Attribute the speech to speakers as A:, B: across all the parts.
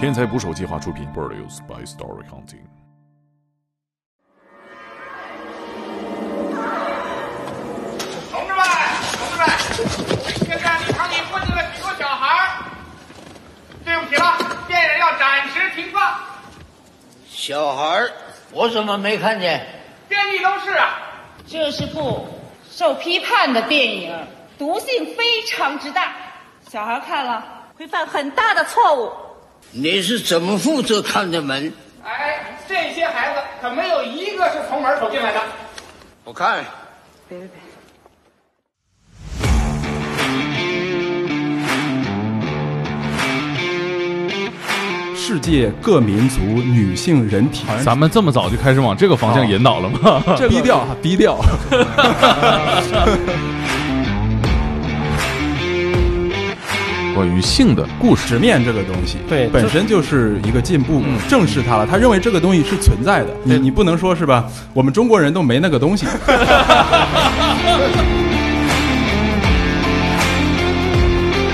A: 天才捕手计划出品，Produced by Story Hunting。
B: 同志们，同志们，现在你看你混进了许多小孩儿。对不起了，电影要暂时停放，
C: 小孩儿，我怎么没看见？
B: 遍地都是啊！
D: 这是部受批判的电影，毒性非常之大，小孩看了会犯很大的错误。
C: 你是怎么负责看的门？
B: 哎，这些孩子可没有一个是从门口进来的。
C: 我看
D: 别别别！
E: 世界各民族女性人体，
F: 咱们这么早就开始往这个方向引导了吗？
E: 这低调啊，低调。
F: 关于性的故事，
E: 直面这个东西，
G: 对
E: 本
G: 这
E: 身就是一个进步，正视它了。他认为这个东西是存在的，你你不能说是吧？我们中国人都没那个东西。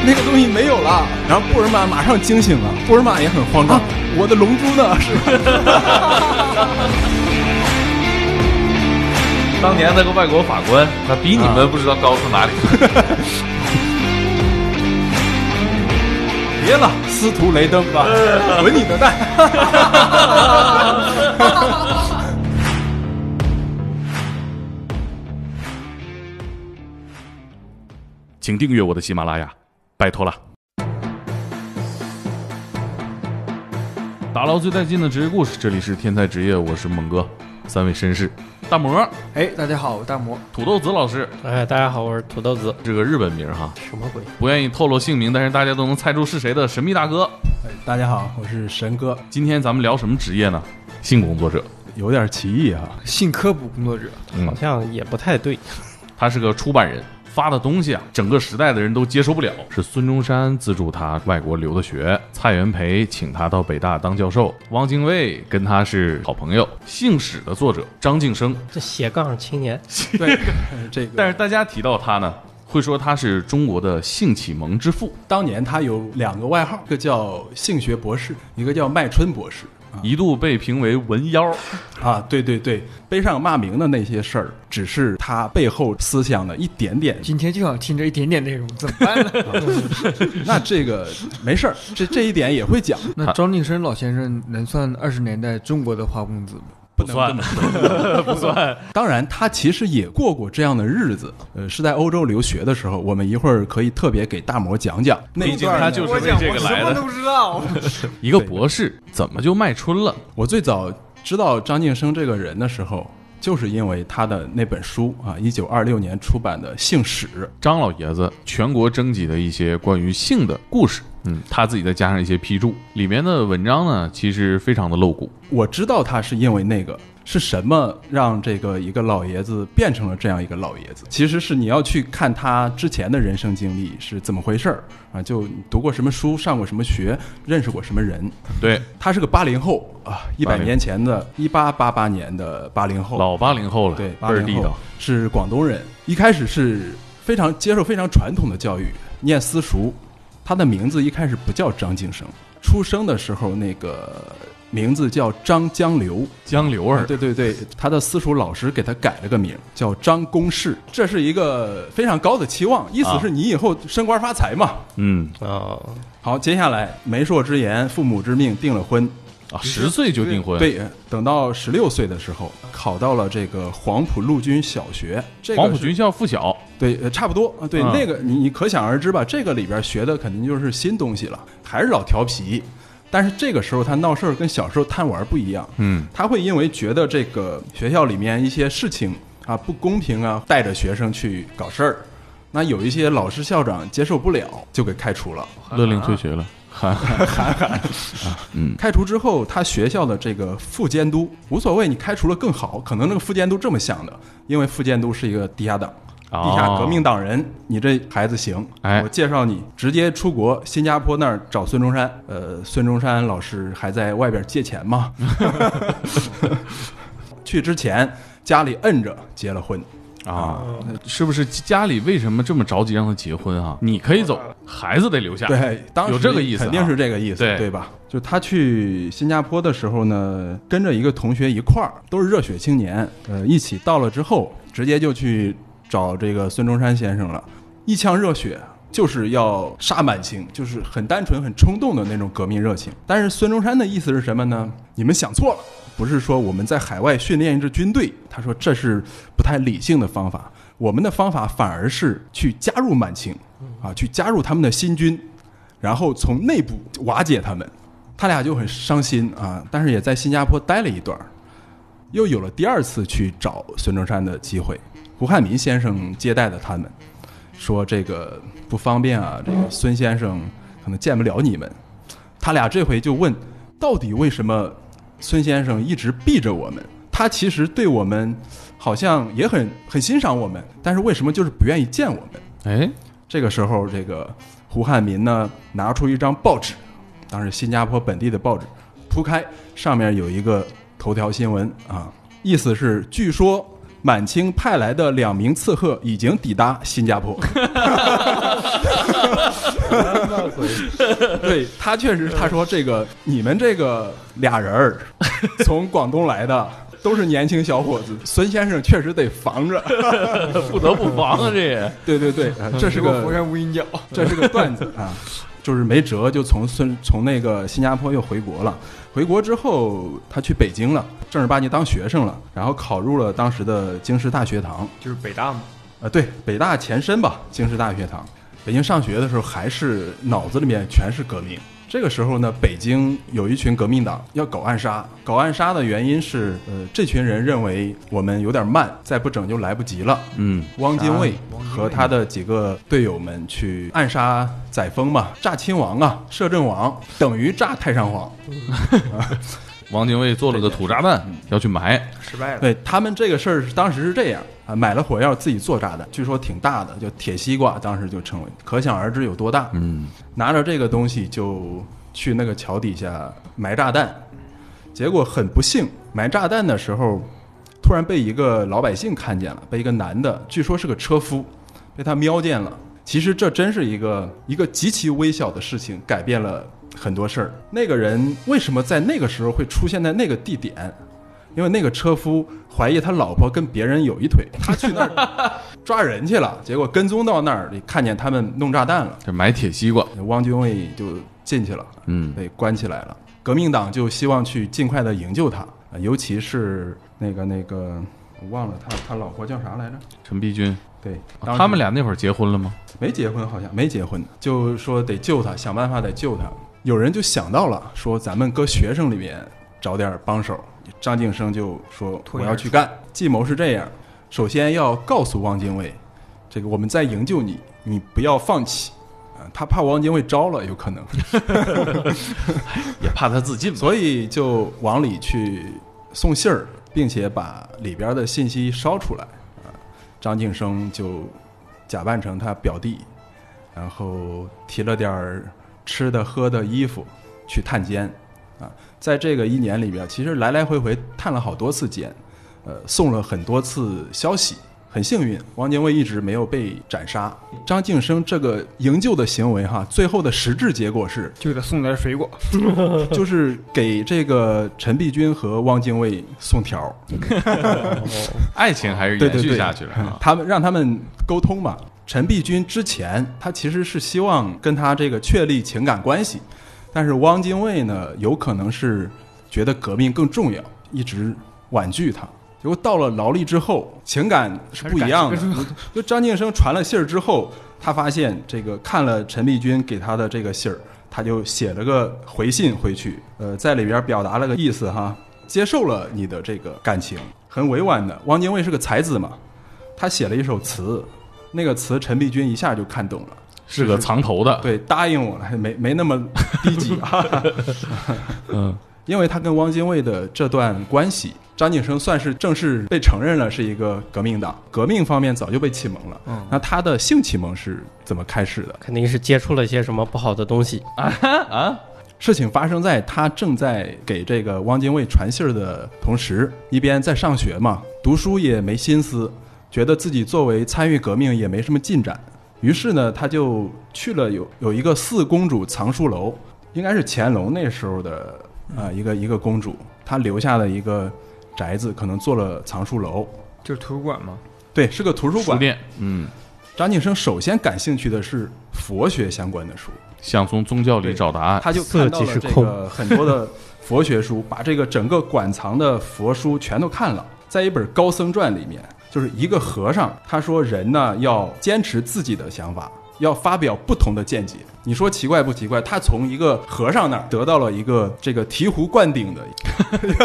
E: 那个东西没有了，然后布尔玛马上惊醒了，布尔玛也很慌张，我的龙珠呢？是吧？
F: 当年那个外国法官，他比你们不知道高出哪里。
E: 别了，司徒雷登吧，滚你的蛋！
A: 请订阅我的喜马拉雅，拜托了。
F: 打捞最带劲的职业故事，这里是天才职业， 我是猛哥，三位绅士，大魔，
H: 哎，大家好，我大魔。
F: 土豆子老师，
G: 哎，大家好，我是土豆子。
F: 这个日本名儿哈，
G: 什么鬼？
F: 不愿意透露姓名，但是大家都能猜出是谁的神秘大哥。
E: 大家好，我是神哥，
F: 今天咱们聊什么职业呢？性工作者，
E: 有点啊歧义哈、
H: 性科普工作者，
F: 嗯
G: 好像也不太对。
F: 他是个出版人，发的东西啊，整个时代的人都接受不了。是孙中山资助他外国留的学，蔡元培请他到北大当教授，汪精卫跟他是好朋友。姓史的作者张晋生，
G: 这斜杠青年，
E: 对，这个。
F: 但是大家提到他呢，会说他是中国的性启蒙之父。
E: 当年他有两个外号，一个叫性学博士，一个叫麦春博士。
F: 一度被评为文妖，
E: 啊，对对对，背上骂名的那些事儿，只是他背后思想的一点点。
H: 今天就想听这一点点内容，怎么办呢？
E: 啊那这个没事儿，这这一点也会讲，
H: 那张晋生老先生能算二十年代中国的花公子吗？
E: 不能这么说。
F: 不算。
E: 当然，他其实也过过这样的日子，呃，是在欧洲留学的时候。我们一会儿可以特别给大魔讲讲 那
F: 毕
E: 一
F: 竟
E: 段呢。
F: 他就是为这个来的。
H: 不知道。
F: 一个博士怎么就卖春了？
E: 我最早知道张晋生这个人的时候，就是因为他的那本书啊，一九二六年出版的《性史》。
F: 张老爷子全国征集的一些关于性的故事，嗯，他自己再加上一些批注，里面的文章呢，其实非常的 露骨。
E: 我知道他是因为那个是什么让这个一个老爷子变成了这样一个老爷子，其实是你要去看他之前的人生经历是怎么回事儿啊，就读过什么书，上过什么学，认识过什么人。
F: 对，
E: 他是个八零后啊，一百
F: 80
E: 年前的，一八八八年的八零后，
F: 老八零后了，
E: 对，
F: 倍
E: 八
F: 儿
E: 零
F: 地
E: 后
F: 道。
E: 是广东人，一开始是非常接受非常传统的教育，念私塾。他的名字一开始不叫张晋生，出生的时候那个名字叫张江流。啊
F: 江流儿，
E: 对对对，他的私塾老师给他改了个名，叫张公士，这是一个非常高的期望，意思
F: 啊
E: 是你以后升官发财嘛。
F: 嗯
G: 哦，
E: 好，接下来媒妁之言，父母之命，订了婚。
F: 啊，十岁就订婚，，
E: 对，等到十六岁的时候，考到了这个黄埔陆军小学。这个
F: 黄埔
E: 是
F: 军校附小，
E: 对，呃差不多啊。对，
F: 嗯
E: 那个你你可想而知吧，这个里边学的肯定就是新东西了，还是老调皮。但是这个时候他闹事儿跟小时候贪玩不一样，
F: 嗯，
E: 他会因为觉得这个学校里面一些事情啊不公平啊，带着学生去搞事儿。那有一些老师校长接受不了，就给开除了。
F: 勒
E: 啊
F: 令退学了，韩寒，嗯
E: 开除之后，他学校的这个副监督无所谓，你开除了更好。可能那个副监督这么想的，因为副监督是一个地下党，
F: 哦
E: 地下革命党人，你这孩子行，
F: 哎
E: 我介绍你直接出国新加坡那儿找孙中山。呃，孙中山老师还在外边借钱 吗？去之前家里摁着结了婚，
F: 啊，是不是家里为什么这么着急让他结婚啊？你可以走，孩子得留下。
E: 对，当时
F: 有这个意思
E: 肯
F: 啊
E: 定是这个意思，
F: 对
E: 对吧？就他去新加坡的时候呢，跟着一个同学一块儿，都是热血青年，呃，一起到了之后，直接就去找这个孙中山先生了，一腔热血。就是要杀满清，就是很单纯、很冲动的那种革命热情。但是孙中山的意思是什么呢？你们想错了，不是说我们在海外训练一支军队，他说这是不太理性的方法。我们的方法反而是去加入满清，啊，去加入他们的新军，然后从内部瓦解他们。他俩就很伤心啊，但是也在新加坡待了一段儿，又有了第二次去找孙中山的机会。胡汉民先生接待了他们，说这个不方便啊，这个孙先生可能见不了你们。他俩这回就问，到底为什么孙先生一直避着我们？他其实对我们好像也很很欣赏我们，但是为什么就是不愿意见我们？
F: 哎，
E: 这个时候，这个胡汉民呢拿出一张报纸，当时新加坡本地的报纸，铺开上面有一个头条新闻啊，意思是据说满清派来的两名刺客已经抵达新加坡。对他确实，他说这个你们这个俩人儿从广东来的。都是年轻小伙子，孙先生确实得防着。
F: 不得不防啊，这也
E: 对对对，啊这是个
H: 佛山无影脚，
E: 这是个段子 啊，就是没辙，就从孙从那个新加坡又回国了。回国之后，他去北京了，正儿八经当学生了，然后考入了当时的京师大学堂，
H: 就是北大嘛，
E: 呃，对，北大前身吧，京师大学堂。北京上学的时候，还是脑子里面全是革命。这个时候呢，北京有一群革命党要搞暗杀，搞暗杀的原因是，呃，这群人认为我们有点慢，再不整就来不及了。
F: 嗯，
E: 汪精卫
H: 啊汪精卫
E: 和他的几个队友们去暗杀载沣嘛，炸亲王啊，摄政王，等于炸太上皇。
F: 汪精卫做了个土炸弹， 要去埋。
H: 失败了。
E: 对他们这个事儿是当时是这样啊，买了火药自己做炸弹，据说挺大的，叫铁西瓜，当时就称为，可想而知有多大。
F: 嗯，
E: 拿着这个东西就去那个桥底下埋炸弹，结果很不幸，埋炸弹的时候突然被一个老百姓看见了，被一个男的，据说是个车夫，被他瞄见了。其实这真是一个一个极其微小的事情，改变了很多事儿。那个人为什么在那个时候会出现在那个地点？因为那个车夫怀疑他老婆跟别人有一腿，他去那儿抓人去了，结果跟踪到那儿，看见他们弄炸弹了。
F: 这埋铁西瓜，
E: 汪精卫就进去了，
F: 嗯
E: 被关起来了。革命党就希望去尽快的营救他，呃尤其是那个那个，我忘了他他老婆叫啥来着？
F: 陈璧君，哦
E: 对，当时
F: 他们俩那会儿结婚了吗？
E: 没结婚，好像没结婚，就说得救他，想办法得救他。有人就想到了，说咱们搁学生里面找点帮手。张晋生就说我
H: 脱颖
E: 要
H: 而
E: 去
H: 出
E: 干，计谋是这样：首先要告诉汪精卫，这个我们在营救你，你不要放弃。啊，他怕汪精卫招了，有可能。
F: 也怕他自尽吧。
E: 所以就往里去送信儿，并且把里边的信息烧出来。啊，张晋生就假扮成他表弟，然后提了点儿吃的、喝的、衣服去探监。啊，在这个一年里边，其实来来回回探了好多次监，呃，送了很多次消息。很幸运，汪精卫一直没有被斩杀。张晋生这个营救的行为，哈，最后的实质结果是
H: 就得送点水果，
E: 就是给这个陈璧君和汪精卫送 条儿，
F: 爱情还是
E: 对
F: 延
E: 对
F: 续
E: 对，
F: 下 去了
E: 嗯
F: 啊。
E: 他们让他们沟通嘛。陈璧君之前他其实是希望跟他这个确立情感关系，但是汪精卫呢，有可能是觉得革命更重要，一直婉拒他。结果到了劳力之后，情感是不一样的。就张晋生传了信儿之后，他发现这个看了陈璧君给他的这个信儿，他就写了个回信回去，呃，在里边表达了个意思哈，接受了你的这个感情，很委婉的。汪精卫是个才子嘛，他写了一首词，那个词陈璧君一下就看懂了。
F: 是个藏头的，
E: 对，答应我了，还没没那么低级 啊。
F: 嗯，
E: 因为他跟汪精卫的这段关系，张景生算是正式被承认了是一个革命党，革命方面早就被启蒙了。
H: 嗯
E: 那他的性启蒙是怎么开始的？
G: 肯定是接触了一些什么不好的东西。
F: 啊
E: 事情发生在他正在给这个汪精卫传信儿的同时，一边在上学嘛，读书也没心思，觉得自己作为参与革命也没什么进展，于是呢，他就去了有有一个四公主藏书楼，应该是乾隆那时候的呃一个一个公主，她留下的一个宅子，可能做了藏书楼，
H: 就是图书馆吗？
E: 对，是个图书
F: 书
E: 馆。
F: 店，嗯，
E: 张景生首先感兴趣的是佛学相关的书，
F: 想从宗教里找答案。
E: 他就
G: 色
E: 看到
G: 即
E: 了
G: 是
E: 这
G: 空
E: 个 很多的佛学书，把这个整个馆藏的佛书全都看了，在一本《高僧传》里面，就是一个和尚，他说人呢要坚持自己的想法，要发表不同的见解。你说奇怪不奇怪？他从一个和尚那儿得到了一个这个醍醐灌顶的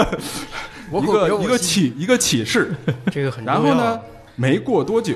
H: 我
E: 一
H: 可
E: 个
H: 没有
E: 一个
H: 我
E: 启一个启示，
G: 这个很重
E: 然
G: 要。
E: 后
G: 啊
E: 呢，没过多久，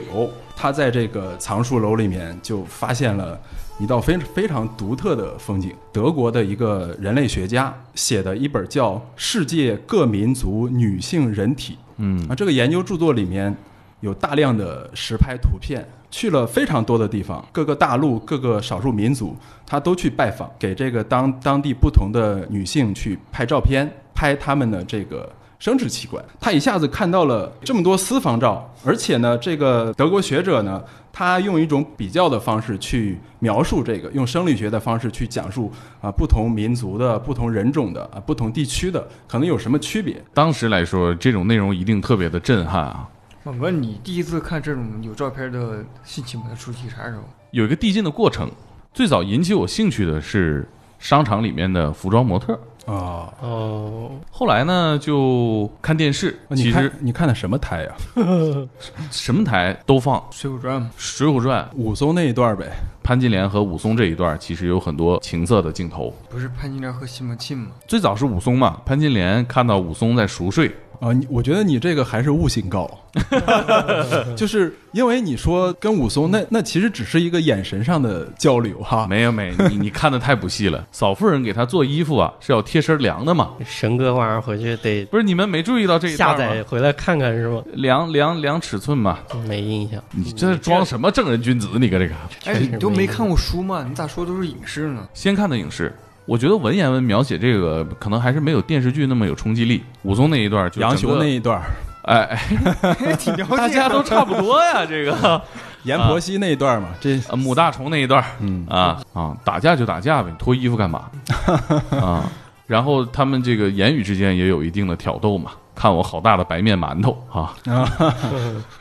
E: 他在这个藏书楼里面就发现了一道非非常独特的风景。德国的一个人类学家写的一本叫《世界各民族女性人体》
F: 嗯
E: 啊，这个研究著作里面有大量的实拍图片，去了非常多的地方，各个大陆、各个少数民族，他都去拜访，给这个当当地不同的女性去拍照片，拍她们的这个生殖器官。他一下子看到了这么多私房照，而且呢，这个德国学者呢，他用一种比较的方式去描述这个，用生理学的方式去讲述啊不同民族的、不同人种的、啊不同地区的可能有什么区别。
F: 当时来说，这种内容一定特别的震撼啊！
H: 猛哥，你第一次看这种有照片的性启蒙的书籍啥时候？
F: 有一个递进的过程。最早引起我兴趣的是商场里面的服装模特，
E: 哦，
G: 哦，
F: 后来呢就看电视，其
E: 哦你看
F: 实
E: 你看的什么啊胎呀、
F: 什么台都放《
H: 《水浒传》吗？
F: 水浒传》
E: 武松那一段呗。
F: 潘金莲和武松这一段，其实有很多情色的镜头。
H: 不是潘金莲和西门庆吗？
F: 最早是武松嘛，潘金莲看到武松在熟睡，
E: 啊，你我觉得你这个还是悟性高，就是因为你说跟武松那那其实只是一个眼神上的交流哈，
F: 没有没有，你你看的太不细了。嫂夫人给他做衣服啊，是要贴身量的嘛？
G: 神哥晚上回去得
F: 不是你们没注意到这一
G: 下
F: 段吗
G: 载回来看看是吗？
F: 量量量尺寸嘛？
G: 没印象。
F: 你这装什么正人君子？你搁这个
H: 哎，你都
G: 没
H: 没看过书吗？你咋说都是影视呢？
F: 先看的影视。我觉得文言文描写这个可能还是没有电视剧那么有冲击力。武松那一段就
E: 杨雄那
F: 一
E: 一段，
F: 哎哎，
H: 挺了解
F: 大家都差不多呀。这个
E: 阎婆惜那一段嘛，这
F: 呃母大虫那一段，
E: 嗯
F: 啊啊，打架就打架呗，脱衣服 干嘛？啊，然后他们这个言语之间也有一定的挑逗嘛。看我好大的白面馒头 啊，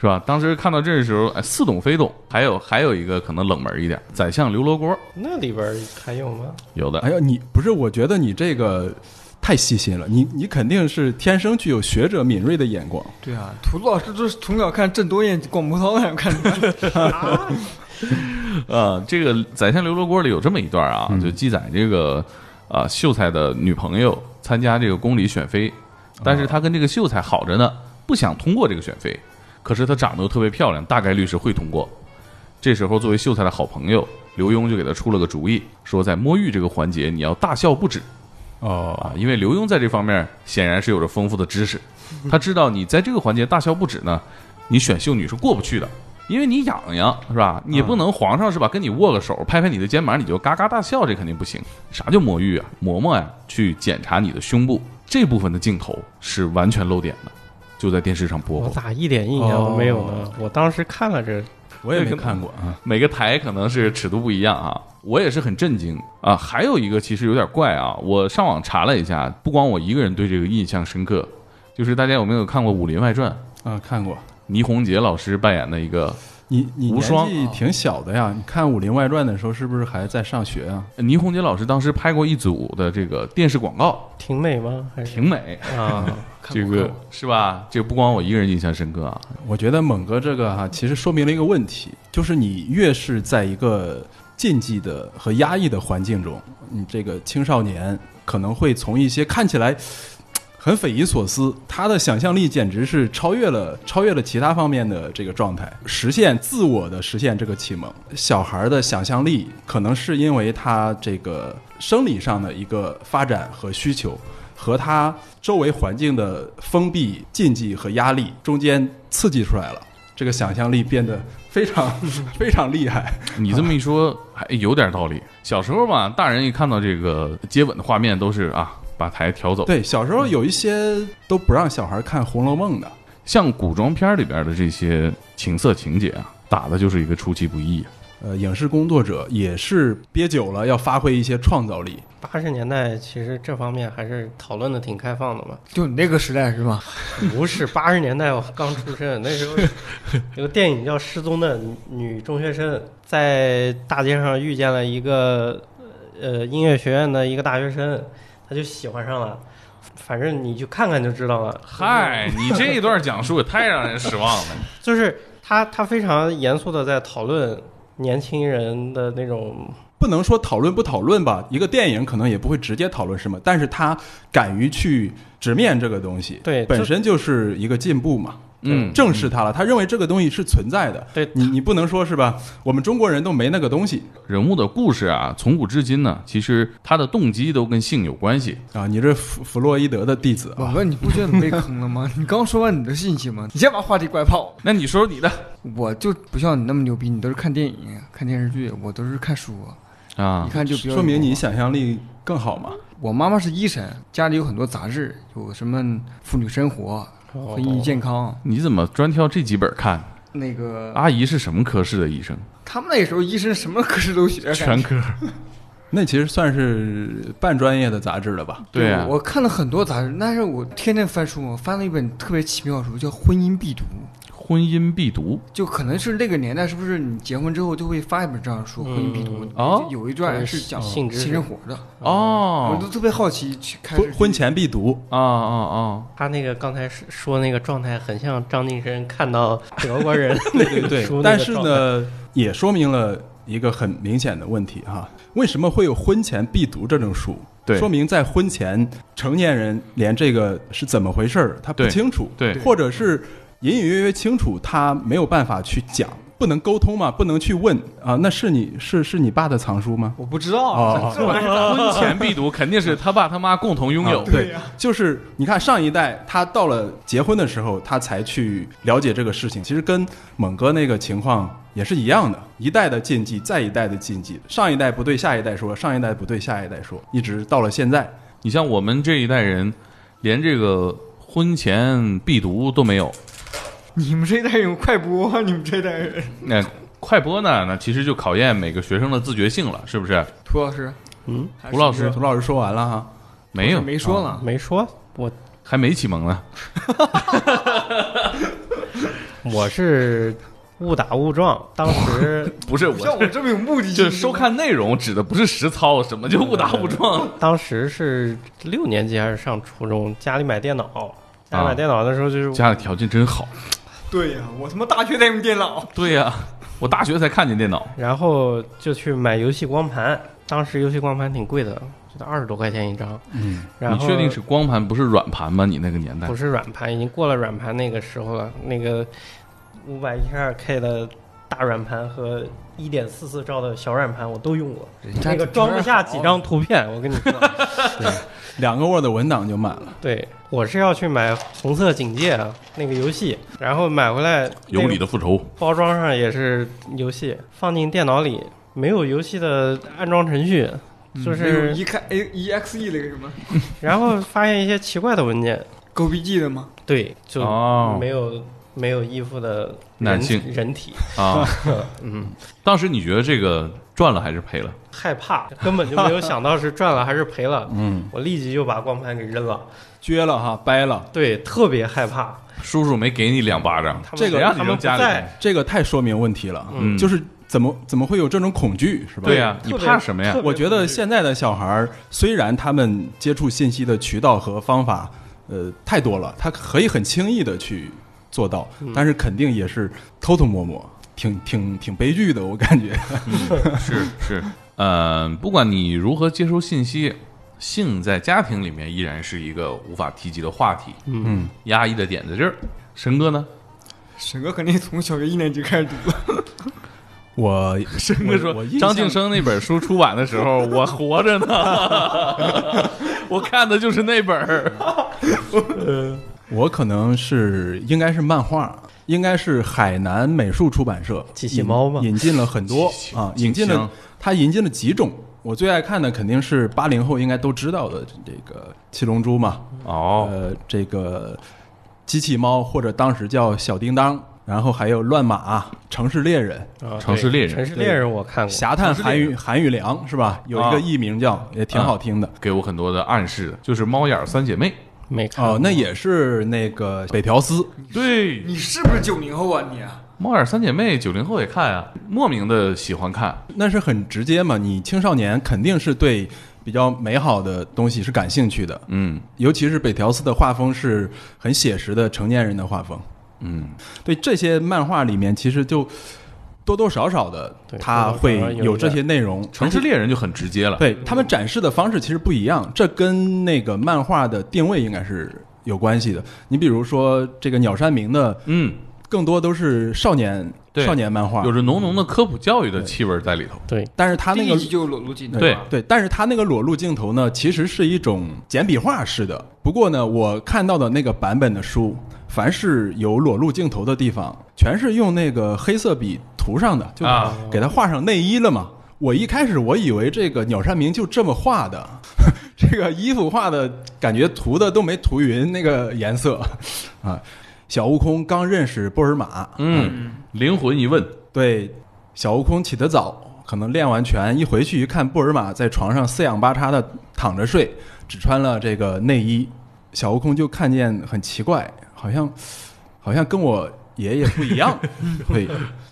F: 是吧？当时看到这的时候，哎，似懂非懂。还有还有一个可能冷门一点，宰相刘罗锅
G: 那里边还有吗？
F: 有的
E: 哎呦你不是，我觉得你这个太细心了，你你肯定是天生具有学者敏锐的眼光，
H: 对啊，图老师就是从小看郑多燕、广播涛那看的。
F: 呃，这个《宰相刘罗锅》里有这么一段啊，就记载这个啊、秀才的女朋友参加这个宫里选妃，但是他跟这个秀才好着呢，不想通过这个选妃，可是她长得又特别漂亮，大概率是会通过。这时候，作为秀才的好朋友刘墉就给他出了个主意，说在摸玉这个环节你要大笑不止
E: 哦
F: 啊，因为刘墉在这方面显然是有着丰富的知识，他知道你在这个环节大笑不止呢，你选秀女是过不去的，因为你痒痒是吧？你不能皇上是吧？跟你握个手，拍拍你的肩膀，你就嘎嘎大笑，这肯定不行。啥叫魔芋啊？嬷嬷呀，去检查你的胸部这部分的镜头是完全露点的，就在电视上播
G: 我
F: 过。
G: 咋一点印象都没有呢？我当时看了这，
E: 我也没看过啊，
F: 每个台可能是尺度不一样啊。我也是很震惊啊。还有一个其实有点怪啊，我上网查了一下，不光我一个人对这个印象深刻，就是大家有没有看过《武林外传》？
E: 啊看过。
F: 倪虹洁老师扮演的一个
E: 你你
F: 无
E: 年
F: 双啊
E: 纪挺小的呀，你看《武林外传》的时候是不是还在上学啊？
F: 倪虹洁老师当时拍过一组的这个电视广告，
G: 挺美吗？还是
F: 挺美，
G: 啊？
F: 这个是吧？这个不光我一个人印象深刻啊，
E: 我觉得猛哥这个哈、其实说明了一个问题，就是你越是在一个禁忌的和压抑的环境中，你这个青少年可能会从一些看起来嘖很匪夷所思，他的想象力简直是超越了超越了其他方面的这个状态，实现自我的实现这个启蒙。小孩儿的想象力可能是因为他这个生理上的一个发展和需求，和他周围环境的封闭、禁忌和压力中间刺激出来了，这个想象力变得非常 非常厉害。
F: 你这么一说还有点道理。小时候吧，大人一看到这个接吻的画面都是啊，把台调走。
E: 对，小时候有一些都不让小孩看《红楼梦》的，
F: 像古装片里边的这些情色情节啊，打的就是一个出其不意啊。
E: 呃，影视工作者也是憋久了要发挥一些创造力，
G: 八十年代其实这方面还是讨论的挺开放的嘛。
H: 就你那个时代是吧？
G: 不是八十年代我刚出生，那时候有个电影叫《失踪的女中学生》，在大街上遇见了一个呃音乐学院的一个大学生，他就喜欢上了。反正你去看看就知道了。
F: 嗨，你这一段讲述也太让人失望了。
G: 就是他他非常严肃的在讨论年轻人的那种
E: 不能说讨论不讨论吧，一个电影可能也不会直接讨论什么，但是他敢于去直面这个东西，
G: 对
E: 本
G: 这
E: 身就是一个进步嘛。
F: 嗯
E: 正视它了，他认为这个东西是存在的。
G: 对
E: 你，你不能说是吧？我们中国人都没那个东西
F: 人物的故事啊，从古至今呢，其实他的动机都跟性有关系。
E: 啊！你这弗弗洛伊德的弟子
H: 我
E: 啊，
H: 问你不觉得你被坑了吗？你 刚说完你的信息吗？你先把话题拐跑。
F: 那你说说你的
H: 我就不像你那么牛逼，你都是看电影、看电视剧，我都是看书，
F: 啊
H: 一，看就比较有
E: 说明你想象力更好嘛。
H: 我妈妈是医生，家里有很多杂志，有什么妇女生活、
G: 哦
H: 婚姻健康，
F: 你怎么专挑这几本看？
H: 那个、
F: 阿姨是什么科室的医生？
H: 他们那时候医生什么科室都学，感觉
F: 科。
E: 那其实算是半专业的杂志了吧？
F: 对啊，
H: 我看了很多杂志，但是我天天翻书嘛，翻了一本特别奇妙的书，叫《婚姻必读》。
F: 婚姻必读。
H: 就可能是那个年代，是不是你结婚之后就会发一本这样的书《婚姻必读》？
F: 哦
H: 有一段是讲
G: 性
H: 性
G: 质是
H: 生活的，我
F: 哦
H: 都特别好奇去开
E: 婚
H: 始
E: 哦婚前必读，
F: 啊啊啊！
G: 他那个刚才是说那个状态很像张晋生看到德国人
E: 对 对对。
G: 书那个
E: 但是
G: 状态
E: 呢，也说明了一个很明显的问题哈、为什么会有婚前必读这种书？
F: 对
E: 说明在婚前，成年人连这个是怎么回事儿他不
F: 对
E: 清楚，
F: 对
E: 或者是隐隐约约清楚，他没有办法去讲，不能沟通嘛，不能去问啊、那是你是是你爸的藏书吗？
H: 我不知道啊，
E: 哦，
F: 婚前必读肯定是他爸他妈共同拥有。
E: 啊对，就是你看上一代他到了结婚的时候，他才去了解这个事情，其实跟猛哥那个情况也是一样的，一代的禁忌，再一代的禁忌，上一代不对下一代说，上一代不对下一代说，一直到了现在，
F: 你像我们这一代人，连这个婚前必读都没有。
H: 你们这一代人快播啊，你们这一代人。
F: 那快播呢？那其实就考验每个学生的自觉性了，是不是？
H: 涂老师，嗯，
F: 涂老师
E: 涂老师说完了哈，
F: 没有，
H: 没说了，
G: 没说，我
F: 还没启蒙呢。
G: 我是误打误撞，当时
F: 不是
H: 像
F: 我，
H: 我这么有目的性，
F: 就是收看内容指的不是实操，什么就误打误撞。
G: 当时是六年级还是上初中，家里买电脑，家里买电脑的时候就是
F: 啊家里条件真好。
H: 对呀、我他妈大学才用电脑，
F: 对呀、我大学才看见电脑。
G: 然后就去买游戏光盘，当时游戏光盘挺贵的，就得二十多块钱一张。嗯，然
F: 你
G: 后
F: 确定是光盘不是软盘吗？你那个年代
G: 不是软盘？已经过了软盘那个时候了。那个五百一十二 K 的大软盘和一点四四兆的小软盘我都用过，那个装不下几张图片。我跟你 说，
E: 两个 Word 文档就满了，
G: 对我是要去买《红色警戒》啊，那个游戏，然后买回来
F: 有
G: 那个
F: 理的复仇。
G: 包装上也是游戏，放进电脑里没有游戏的安装程序，
E: 嗯
G: 就
H: 没有
G: 是、
H: 一看 A E X E 那个什么
G: 然后发现一些奇怪的文件，
H: 狗逼 G 的吗？
G: 对，就
F: 哦
G: 没有、没有衣服的人
F: 男性
G: 人体，
F: 啊，
G: 嗯，
F: 当时你觉得这个赚了还是赔了？
G: 害怕，根本就没有想到是赚了还是 赔了，嗯，我立即就把光盘给扔了，
E: 撅了哈，掰了，
G: 对，特别害怕，
F: 叔叔没给你两巴掌，
G: 他们
E: 这个
F: 谁
G: 他
F: 让你
G: 们
F: 扔
G: 不
F: 家里
G: 在
F: 头？
E: 这个太说明问题了，
F: 嗯
E: 就是怎么怎么会有这种恐惧是吧？
F: 对呀、
G: 特
F: 你
G: 别
F: 怕什么呀
G: 特？别
E: 我觉得现在的小孩儿，虽然他们接触信息的渠道和方法，呃，太多了，他可以很轻易的去做到，但是肯定也是偷偷摸摸，挺挺挺悲剧的，我感觉。
F: 是是，呃，不管你如何接收信息，性在家庭里面依然是一个无法提及的话题。
E: 嗯，
F: 压抑的点在这儿。神哥呢？
H: 沈哥肯定从小学一年级开始读了，
E: 我
F: 神哥
E: 我
F: 说
E: 我印，象
F: 张晋生那本书出版的时候，我活着呢， 我看的就是那本儿。
E: 我可能是应该是漫画，应该是海南美术出版社
G: 机器猫
E: 引
G: 吗
E: 引进了很多
F: 器
E: 啊，
F: 机器
E: 引进
F: 箱
E: 了它引进了几种。我最爱看的肯定是八零后应该都知道的这个《七龙珠》嘛，
F: 哦，
E: 呃，这个机器猫或者当时叫小叮当，然后还有乱马、城市猎人、
G: 啊
F: 城市猎人
G: 对城市猎人我看过，
E: 侠探韩语韩语良是吧？有一
F: 啊
E: 个艺名叫、也挺好听的。
F: 给我很多的暗示的，就是猫眼儿三姐妹。
G: 没看过
E: 哦，那也是那个北条司，
F: 对，
H: 你是不是九零后啊你啊？
F: 猫眼儿三姐妹九零后也看啊，莫名的喜欢看。
E: 那是很直接嘛。你青少年肯定是对比较美好的东西是感兴趣的，
F: 嗯，
E: 尤其是北条司的画风是很写实的成年人的画风。
F: 嗯，
E: 对这些漫画里面，其实就多多少少的
G: 对
E: 它
G: 多多
E: 会
G: 少少有
E: 有
G: 一
E: 这
G: 点
E: 些内容。
F: 城市猎人就很直接了。，
E: 对
H: 嗯
E: 他们展示的方式其实不一样，这跟那个漫画的定位应该是有关系的。你比如说这个鸟山明的，
F: 嗯，
E: 更多都是少年
F: 对
E: 少年漫画
F: 有，着浓浓的科普教育的气味儿在里头。
G: 对
E: 但是他
H: 第
E: 那
H: 一
E: 个
H: 集就裸露镜头，
F: 对
E: 对，但是他那个裸露镜头呢，其实是一种简笔画式的。不过呢，我看到的那个版本的书，凡是有裸露镜头的地方，全是用那个黑色笔涂上的，就
F: 啊
E: 给它画上内衣了嘛。我一开始我以为这个鸟山明就这么画的， 这个衣服画的感觉涂的都没涂匀那个颜色啊。小悟空刚认识波尔玛，
F: 嗯，灵魂一问，
E: 对，小悟空起得早，可能练完拳一回去一看，布尔玛在床上四仰八叉的躺着睡，只穿了这个内衣。小悟空就看见很奇怪，好像好像跟我爷爷不一样，对。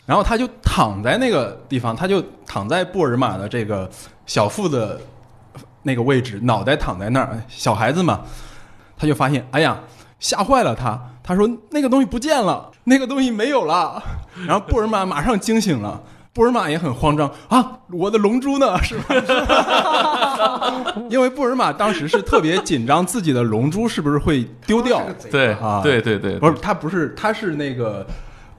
E: 然后他就躺在那个地方，他就躺在布尔玛的这个小腹的那个位置，脑袋躺在那儿，小孩子嘛，他就发现，哎呀，吓坏了他。他说那个东西不见了，那个东西没有了。然后布尔玛马上惊醒了，布尔玛也很慌张啊，我的龙珠呢？是吧？因为布尔玛当时是特别紧张，自己的龙珠是不是会丢掉？
F: 对
E: 啊，
F: 对对对，
E: 不是，他不是，他是那个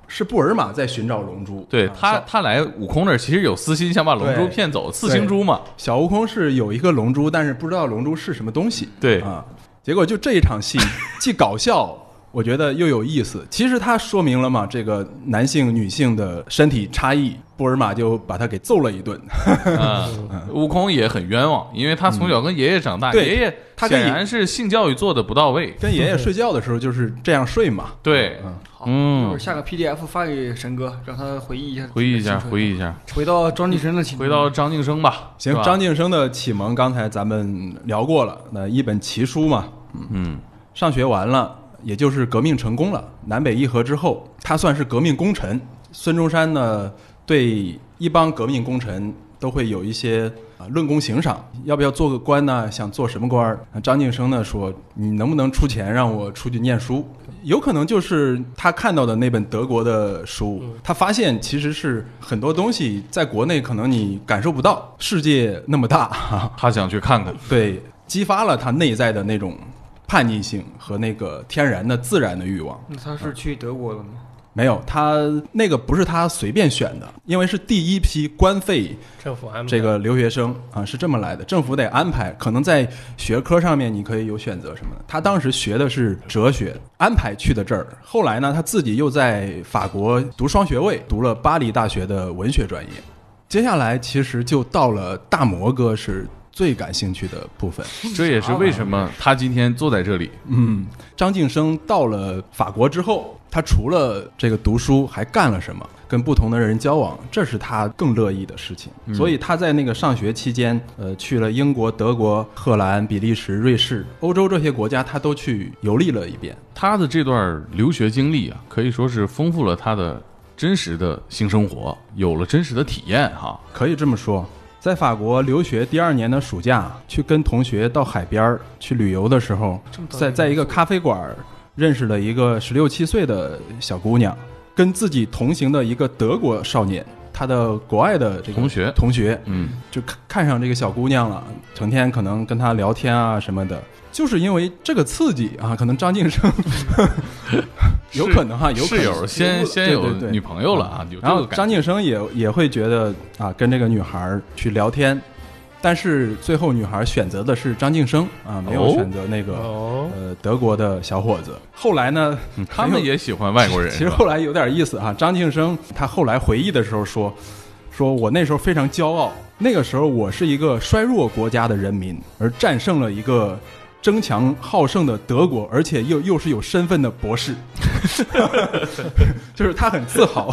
E: 是布尔玛在寻找龙珠。
F: 对
E: 啊
F: 他，
E: 小
F: 他来悟空那儿其实有私心，想把龙珠
E: 对
F: 骗走，四星珠嘛。
E: 小悟空是有一个龙珠，但是不知道龙珠是什么东西。
F: 对
E: 啊，结果就这一场戏 既搞笑，我觉得又有意思。其实它说明了嘛，这个男性女性的身体差异，波尔玛就把他给揍了一顿。
F: 嗯，悟空也很冤枉，因为他从小跟爷爷长大，
E: 对
F: 爷爷
E: 他跟
F: 显
E: 爷
F: 然是性教育做的不到位。
E: 跟爷爷睡觉的时候就是这样睡嘛。
F: 对，
H: 好，
F: 嗯
H: 一会儿下个 PDF 发给神哥，让他回忆一下，
F: 回忆一下，回
H: 忆，
F: 忆一下，
H: 回到张晋生的情，
F: 回到张晋生吧。
E: 行
F: 是，吧
E: 张晋生的启蒙刚才咱们聊过了，那一本奇书嘛，
F: 嗯，
E: 上学完了，也就是革命成功了，南北议和之后，他算是革命功臣。孙中山呢，对一帮革命功臣都会有一些啊论功行赏，要不要做个官呢？想做什么官儿？啊张晋生呢说，你能不能出钱让我出去念书？有可能就是他看到的那本德国的书，他发现其实是很多东西在国内可能你感受不到，世界那么大，哈哈
F: 他想去看看。
E: 对，激发了他内在的那种叛逆性和那个天然的自然的欲望。
H: 那他是去德国了吗？
E: 没有，他那个不是他随便选的，因为是第一批官费
G: 政府安排
E: 这个留学生啊，是这么来的。政府得安排，可能在学科上面你可以有选择什么的。他当时学的是哲学，安排去的这儿。后来呢，他自己又在法国读双学位，读了巴黎大学的文学专业。接下来其实就到了大摩哥是最感兴趣的部分。
F: 这也是为什么他今天坐在这里。
E: 嗯，张晋生到了法国之后，他除了这个读书，还干了什么？跟不同的人交往，这是他更乐意的事情。所以他在那个上学期间，呃，去了英国、德国、荷兰、比利时、瑞士、欧洲这些国家，他都去游历了一遍。
F: 他的这段留学经历啊，可以说是丰富了他的真实的性生活，有了真实的体验哈。
E: 可以这么说，在法国留学第二年的暑假，去跟同学到海边儿去旅游的时候，在在一个咖啡馆儿认识了一个十六七岁的小姑娘，跟自己同行的一个德国少年，他的国外的这个
F: 同学
E: 同学，
F: 嗯，
E: 就看看上这个小姑娘了，成天可能跟她聊天啊什么的。就是因为这个刺激啊，可能张晋 生 有可能哈，有可
F: 室
E: 能
F: 友先先有
E: 对对对嗯
F: 女朋友了啊，有这
E: 然后
F: 个感觉
E: 张晋生也也会觉得啊，跟这个女孩儿去聊天，但是最后女孩选择的是张晋生啊，没
F: 哦
E: 有选择那个、
G: 哦
E: 呃德国的小伙子。后来呢，
F: 嗯他们也喜欢外国人，
E: 其实
F: 是吧
E: 后来有点意思哈、张晋生他后来回忆的时候说，说我那时候非常骄傲，那个时候我是一个衰弱国家的人民，而战胜了一个。争强好胜的德国，而且又又是有身份的博士， 就是他很自豪，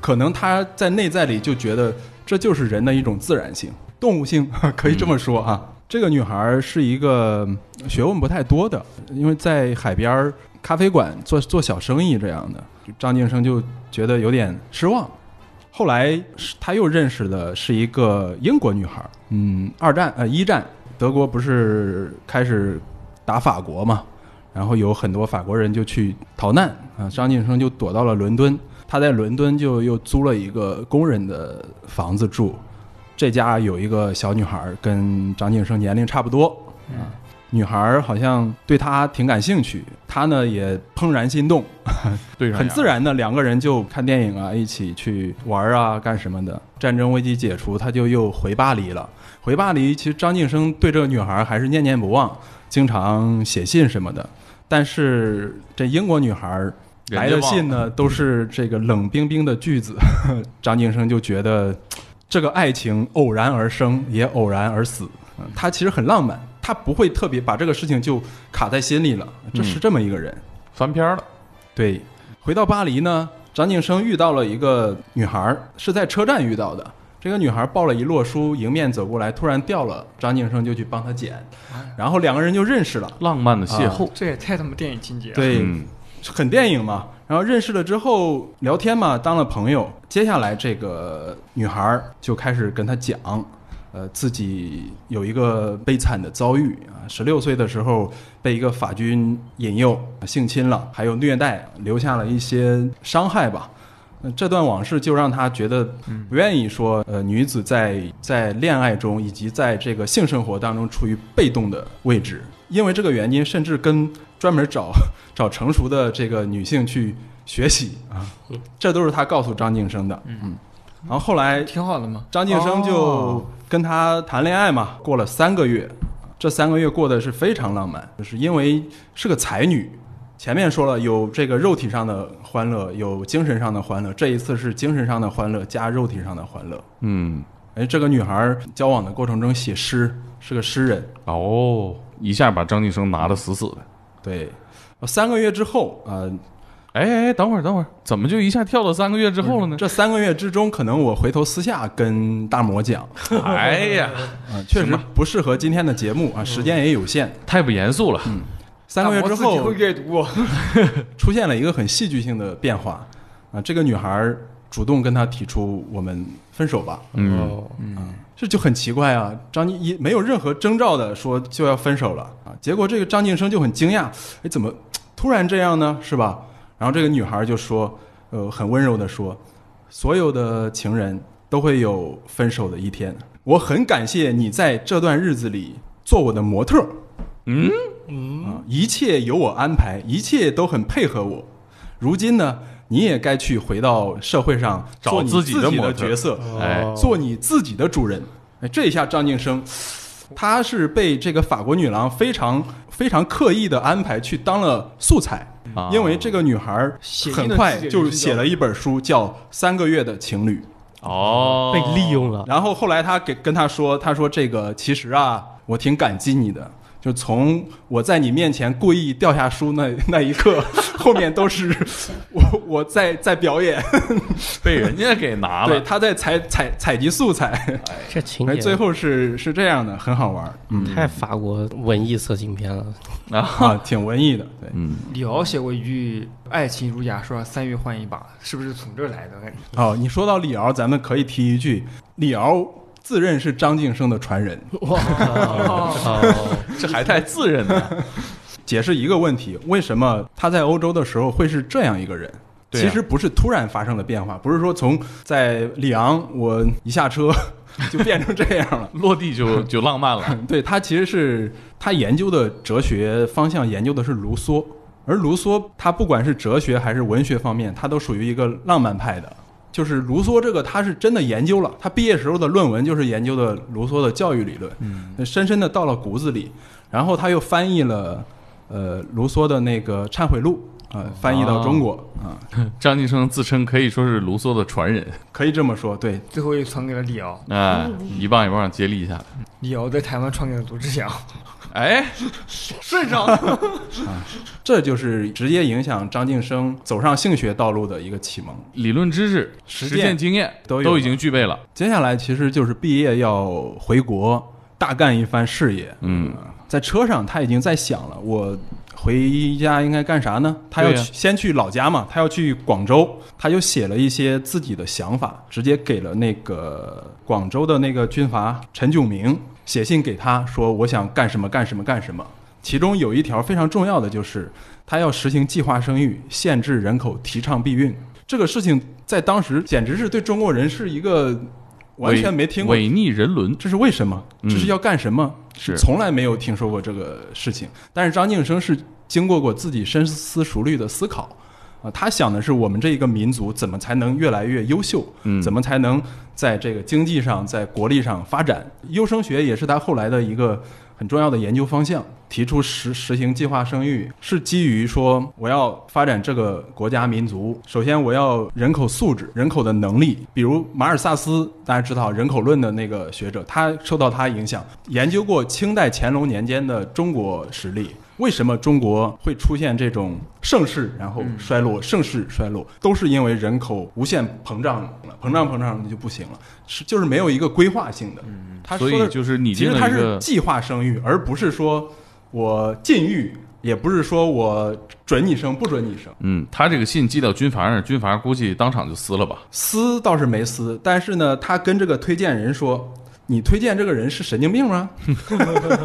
E: 可能他在内在里就觉得这就是人的一种自然性、动物性，可以这么说啊。这个女孩是一个学问不太多的，因为在海边儿咖啡馆做做小生意这样的，张晋生就觉得有点失望。后来是他又认识的是一个英国女孩，嗯，二战呃一战，德国不是开始打法国嘛，然后有很多法国人就去逃难啊，张晋生就躲到了伦敦，他在伦敦就又租了一个工人的房子住，这家有一个小女孩跟张晋生年龄差不多啊，女孩好像对他挺感兴趣，他呢也怦然心动，
F: 对上眼
E: 很自然的，两个人就看电影啊，一起去玩啊，干什么的。战争危机解除，他就又回巴黎了。回巴黎，其实张晋生对这个女孩还是念念不忘，经常写信什么的。但是这英国女孩来的信呢，都是这个冷冰冰的句子。 张晋生就觉得这个爱情偶然而生，也偶然而死。嗯他其实很浪漫，他不会特别把这个事情就卡在心里了。这
F: 嗯
E: 是这么一个人。
F: 翻篇了，
E: 对，回到巴黎呢，张晋生遇到了一个女孩儿，是在车站遇到的。这个女孩抱了一摞书，迎面走过来，突然掉了，张晋生就去帮她捡，然后两个人就认识了。
F: 浪漫的邂逅，
H: 这也太他妈电影情节了。，
E: 对，
F: 嗯
E: 很电影嘛。然后认识了之后聊天嘛，当了朋友。接下来这个女孩儿就开始跟他讲，呃，自己有一个悲惨的遭遇啊，十六岁的时候被一个法军引诱性侵了，还有虐待，留下了一些伤害吧。那呃这段往事就让他觉得不愿意说，呃，女子在在恋爱中以及在这个性生活当中处于被动的位置，因为这个原因，甚至跟专门找找成熟的这个女性去学习啊，这都是他告诉张晋生的。嗯，然后后来
H: 挺好的嘛。
E: 张晋生就
H: 哦
E: 跟他谈恋爱嘛，过了三个月，这三个月过得是非常浪漫，就是因为是个才女。前面说了有这个肉体上的欢乐，有精神上的欢乐，这一次是精神上的欢乐加肉体上的欢乐。
F: 嗯，
E: 哎，这个女孩儿交往的过程中写诗，是个诗人。
F: 哦，一下把张晋生拿的死死的。
E: 对，三个月之后，呃，
F: 哎哎，哎，等会儿等会儿，怎么就一下跳到三个月之后了呢？
E: 嗯这三个月之中，可能我回头私下跟大魔 讲，
F: 哎呀，
E: 啊，确实不适合今天的节目啊，时间也有限。
F: 太不严肃了。
E: 嗯三个月之
H: 嗯大魔自己
E: 后
H: 会，阅读，啊
E: 出现了一个很戏剧性的变化啊，这个女孩儿主动跟他提出我们分手吧，
F: 嗯，
G: 哦，
E: 这就很奇怪啊。张晋一没有任何征兆的说就要分手了啊，结果这个张晋生就很惊讶，哎，怎么突然这样呢？是吧？然后这个女孩儿就说，呃，很温柔的说，所有的情人都会有分手的一天，我很感谢你在这段日子里做我的模特儿。
F: 嗯
E: 啊，一切由我安排，一切都很配合我。如今呢，你也该去回到社会上，
F: 找
E: 做你
F: 自
E: 自
F: 己的
E: 的
F: 模特
E: 角色，
F: 哎
G: 哦
E: 做你自己的主人。哎，这一下张晋生，他是被这个法国女郎非常非常刻意的安排去当了素材，
F: 啊
E: 因为这个女孩儿
H: 写意
E: 很
H: 的
E: 快
H: 自己
E: 就
H: 人生
E: 写了一本书，叫《三个月的情侣》。
F: 哦，
G: 被利用了，
E: 然后后来他给跟他说，他说这个其实啊，我挺感激你的，就从我在你面前故意掉下书那那一刻，后面都是我我在在表演，
F: 被人家给拿
E: 对，
F: 了。
E: 他在采采采集素材，
G: 这情
E: 哎，
G: 节
E: 最后是是这样的，很好玩儿，嗯
G: 太法国文艺色情片了。
E: 啊，挺文艺的，对，
F: 嗯，
H: 李敖写过一句“爱情如牙刷，三月换一把”，是不是从这儿来的？感觉
E: 哦，你说到李敖，咱们可以提一句，李敖自认是张晋生的传人，
G: 哦，
F: 这还太自认了。
E: 解释一个问题：为什么他在欧洲的时候会是这样一个人？
F: 对啊
E: 其实不是突然发生的变化，不是说从在里昂我一下车 就变成这样了。
F: 落地就就浪漫了。
E: 对他其实是他研究的哲学方向研究的是卢梭，而卢梭他不管是哲学还是文学方面，他都属于一个浪漫派的。就是卢梭这个，他是真的研究了，他毕业时候的论文就是研究的卢梭的教育理论，嗯，深深的到了骨子里。然后他又翻译了，呃，卢梭的那个《忏悔录》啊、翻译到中国啊、
F: 张晋生自称可以说是卢梭的传人
E: 可以这么说，对，
H: 最
E: 嗯
H: 后又传给了李敖，
F: 啊，一棒一棒接力下来。
H: 李敖在台湾传给了罗志祥。
F: 哎，顺上，
E: 这就是直接影响张晋生走上性学道路的一个启蒙。
F: 理论知识、
E: 实
F: 实
E: 践
F: 践经验
E: 都有
F: 都已经具备了。
E: 接下来其实就是毕业要回国大干一番事业。呃
F: 嗯，
E: 在车上他已经在想了，我回家应该干啥呢？他要
F: 对呀
E: 去先去老家嘛，他要去广州，他就写了一些自己的想法，直接给了那个广州的那个军阀陈炯明写信给他说，我想干什么干什么干什么。其中有一条非常重要的就是，他要实行计划生育，限制人口，提倡避孕。这个事情在当时简直是对中国人是一个完全没听过
F: 违逆人伦，
E: 这是为什么？
F: 嗯
E: 这是要干什么？
F: 是
E: 从来没有听说过这个事情。但是张晋生是经过过自己深思熟虑的思考，啊、他想的是我们这一个民族怎么才能越来越优秀，
F: 嗯
E: 怎么才能在这个经济上、在国力上发展。优生学也是他后来的一个很重要的研究方向，提出实实行计划生育，是基于说我要发展这个国家民族，首先我要人口素质、人口的能力。比如马尔萨斯，大家知道人口论的那个学者，他受到他影响，研究过清代乾隆年间的中国实例。为什么中国会出现这种盛世，然
F: 嗯
E: 后衰落，盛世衰落，都是因为人口无限膨胀了，膨胀膨胀就不行了，是就是没有一个规划性的。他说
F: 嗯所
E: 的
F: 以就是拟
E: 其
F: 定
E: 实
F: 了
E: 它
F: 一
E: 是
F: 个
E: 计划生育，而不是说我禁欲，也不是说我准你生不准你生。
F: 嗯，他这个信寄到军阀那儿，军阀估计当场就撕了吧？
E: 撕倒是没撕，但是呢，他跟这个推荐人说：“你推荐这个人是神经病吗？”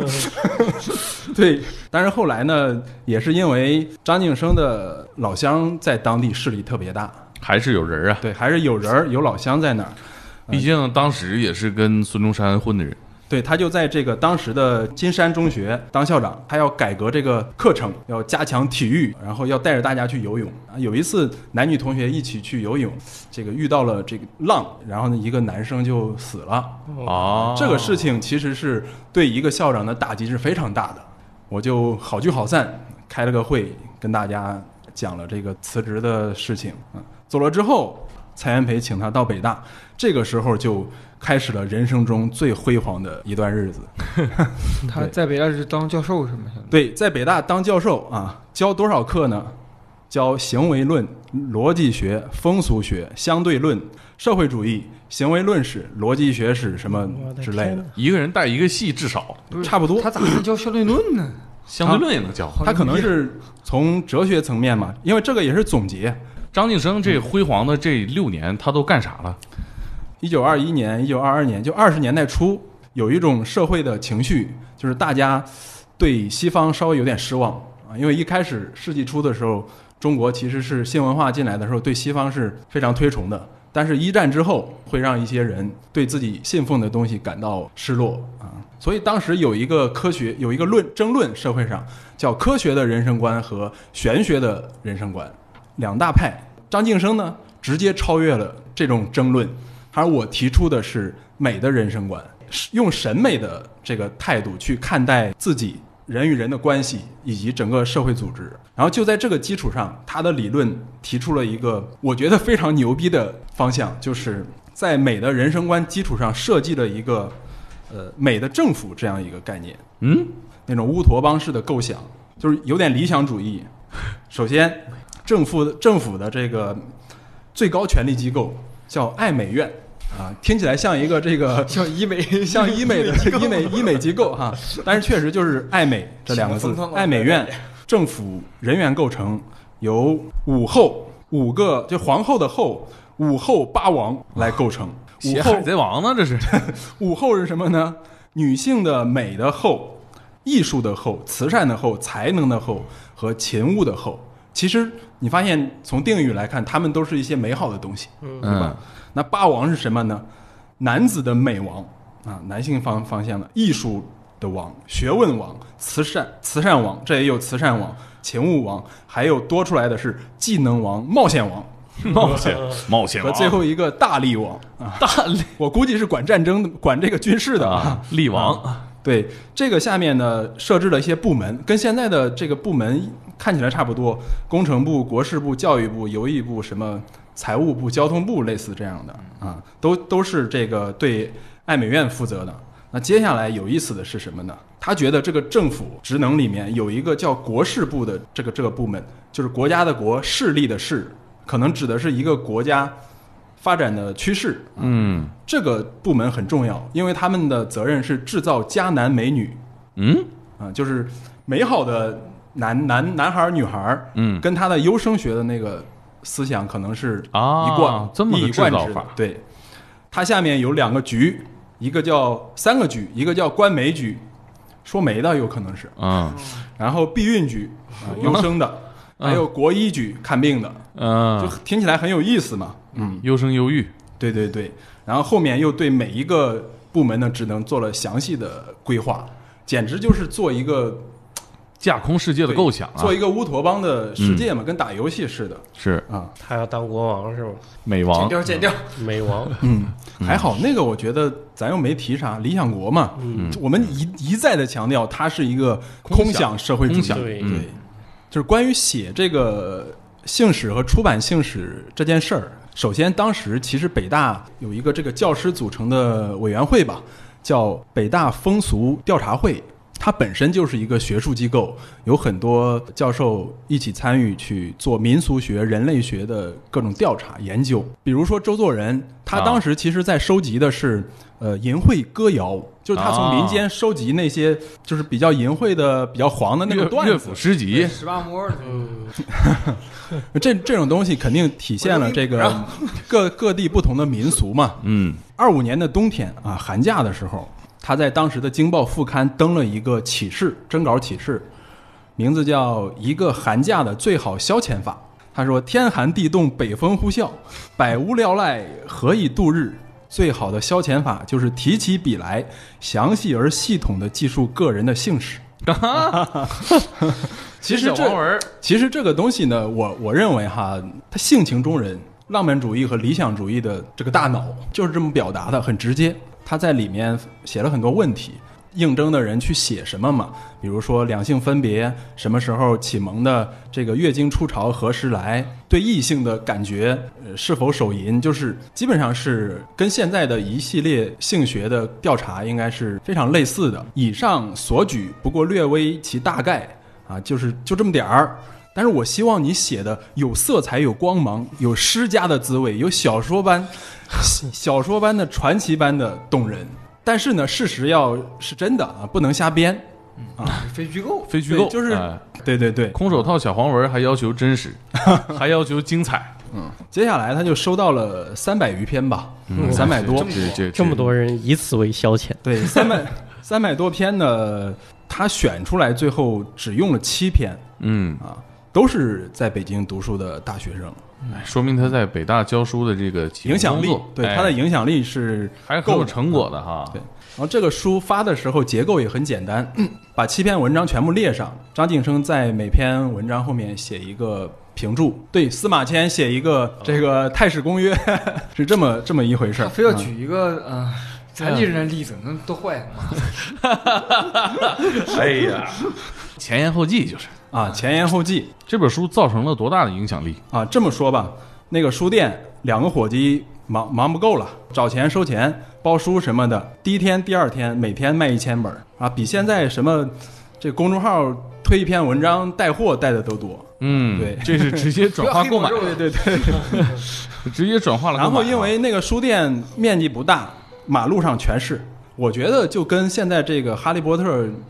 E: 对，但是后来呢，也是因为张晋生的老乡在当地势力特别大，
F: 还是有人啊？
E: 对，嗯还是有人儿有老乡在那儿，
F: 毕竟当时也是跟孙中山混的人。
E: 对他就在这个当时的金山中学当校长，他要改革这个课程，要加强体育，然后要带着大家去游泳。啊有一次男女同学一起去游泳，这个遇到了这个浪，然后呢一个男生就死了。
F: 哦
E: 这个事情其实是对一个校长的打击是非常大的。我就好聚好散，开了个会，跟大家讲了这个辞职的事情。嗯，走了之后，蔡元培请他到北大，这个时候就开始了人生中最辉煌的一段日子。
H: 他
E: 对
H: 在北大是当教授是吗？现在
E: 对，在北大当教授啊，教多少课呢？教行为论、逻辑学、风俗学、相对论、社会主义、行为论史、逻辑学史什么
G: 我的
E: 之类
G: 天
E: 的
G: 哪，
F: 一个人带一个系，至少
H: 不是
E: 差不多
H: 他咋能教相对论呢？
F: 相对论也能教。
H: 好
E: 他可能
H: 牛逼
E: 是从哲学层面嘛，因为这个也是总结。
F: 张晋生这辉煌的这六年，他都干啥了？
E: 一九二一年、一九二二年，就二十年代初，有一种社会的情绪，就是大家对西方稍微有点失望啊，因为一开始世纪初的时候，中国其实是新文化进来的时候，对西方是非常推崇的。但是，一战之后会让一些人对自己信奉的东西感到失落啊，所以当时有一个科学有一个论争论，社会上叫科学的人生观和玄学的人生观两大派。张晋生呢，直接超越了这种争论，而我提出的是美的人生观，是用审美的这个态度去看待自己人与人的关系以及整个社会组织。然后就在这个基础上，他的理论提出了一个我觉得非常牛逼的方向，就是在美的人生观基础上设计了一个呃美的政府这样一个概念。
F: 嗯，
E: 那种乌托邦式的构想，就是有点理想主义。首先，政府政府的这个最高权力机构叫爱美院啊，听起来像一个这个
H: 像医美，
E: 像医美的医美医美机构哈、但是确实就是爱美这两个
H: 什
E: 字
H: 么风，格
E: 爱美院政府人员构成由五后五个就皇后的后五后八王来构成，五
F: 写
E: 后
F: 海贼王呢？这是
E: 午后是什么呢？女性的美的后，艺术的后，慈善的后，才能的后和勤务的后。其实你发现从定语来看，它们都是一些美好的东西。
F: 嗯，
E: 那霸王是什么呢？男子的美王啊，男性方方向的艺术的王，学问王，慈善慈善王，这也有慈善王，勤务王，还有多出来的是技能王、冒险王
F: 冒险冒险
E: 和
F: 王，
E: 最后一个大力王啊。
F: 大力
E: 我估计是管战争的、管这个军事的啊
F: 啊。，力王，
E: 对这个下面呢，设置了一些部门，跟现在的这个部门看起来差不多，工程部、国事部、教育部、邮艺部、什么财务部、交通部，类似这样的啊，都都是这个对爱美院负责的。那接下来有意思的是什么呢？他觉得这个政府职能里面有一个叫国事部的这个这个部门，就是国家的国，势力的势，可能指的是一个国家发展的趋势。啊
F: 嗯
E: 这个部门很重要，因为他们的责任是制造迦南美女
F: 嗯
E: 啊、就是美好的男男男孩儿女孩儿，
F: 嗯
E: 跟他的优生学的那个思想可能是
F: 啊
E: 一贯
F: 这么个
E: 一以贯
F: 制造
E: 之的
F: 法
E: 对，它下面有两个局，一个叫三个局，一个叫官媒局，说媒的有可能是，
F: 嗯
E: 然后避孕局啊、优生的，还有国医局看病的，就
F: 嗯，
E: 听起来很有意思嘛。
F: 优生优育，
E: 对对对，然后后面又对每一个部门的职能做了详细的规划，简直就是做一个
F: 架空世界的构想啊，
E: 做一个乌托邦的世界嘛，跟打游戏似的
F: 是
E: 啊。
G: 他要当国王是吗？
F: 美
H: 剪
F: 王
H: 掉剪掉，
G: 美王，
E: 嗯，还好那个我觉得咱又没提啥理想国嘛，我们一一再的强调它是一个嗯空想社会主
F: 空
E: 义，
F: 想，
G: 对
E: 对
F: 嗯，
E: 就是关于写这个姓史和出版姓史这件事儿，首先当时其实北大有一个这个教师组成的委员会吧，叫北大风俗调查会。它本身就是一个学术机构，有很多教授一起参与去做民俗学、人类学的各种调查研究。比如说周作人，他
F: 啊
E: 当时其实在收集的是、呃淫秽歌谣，就是他从民间收集那些就是比较淫秽的、比较黄的那个
F: 乐
E: 段
F: 乐
E: 子
F: 府，诗集，
H: 十八摸的，
E: 这这种东西肯定体现了这个 各各地不同的民俗嘛。
F: 嗯
E: 二五年的冬天啊，寒假的时候，他在当时的《京报》副刊登了一个启事，征稿启事，名字叫《一个寒假的最好消遣法》。他说：“天寒地冻，北风呼啸，百无聊赖，何以度日？最好的消遣法就是提起笔来，详细而系统的记述个人的姓 氏。” 其实
F: 小
E: 这
F: 黄文儿
E: 其实这个东西呢，我我认为哈，它性情中人，浪漫主义和理想主义的这个大脑就是这么表达的，很直接。他在里面写了很多问题，应征的人去写什么嘛，比如说两性分别，什么时候启蒙的，这个月经初潮何时来，对异性的感觉，呃，是否手淫，就是基本上是跟现在的一系列性学的调查应该是非常类似的。以上所举，不过略微其大概。啊，就是就这么点儿。但是我希望你写的有色彩、有光芒、有诗家的滋味，有小说般、小小说般的传奇般的动人。但是呢，事实要是真的啊，不能瞎编。
H: 非虚构，
F: 非虚构，
E: 对就是、
F: 哎
E: 对对对。
F: 空手套小黄文儿还要求 真实，还要求精彩，
E: 接下来他就收到了三百余篇吧，三百、多，
F: 嗯哎这这
G: 这么多人以此为消遣，
E: 对，三百三百多篇呢，他选出来最后只用了七篇
F: 嗯，
E: 啊，都是在北京读书的大学生，
F: 哎说明他在北大教书的这个启蒙
E: 影响力
F: 工作
E: 对
F: 哎
E: 他的影响力是
F: 还是很有
E: 够的
F: 成果的哈，
E: 对，然后这个书发的时候结构也很简 单，把七篇文章全部列上，张景生在每篇文章后面写一个评注，对，司马迁写一个这个《太史公约》 是这么这么一回事
H: 哦
E: 儿。
H: 他非要
E: 嗯
H: 举一个呃残疾人的例子，那多坏啊！
F: 哎呀，前言后记就是
E: 啊，前言后记
F: 这本书造成了多大的影响力？
E: 啊，这么说吧，那个书店两个伙计忙忙不够了，找钱收钱包书什么的，第一天、第二天每天卖一千本儿啊，比现在什么这公众号推一篇文章带货带的都多。
F: 嗯，
E: 对
F: 这是直接转化购买，
H: 对对对，
F: 直接转化了购买
E: 然
F: 啊。
E: 后因为那个书店面积不大，马路上全是。我觉得就跟现在这个《哈利波特》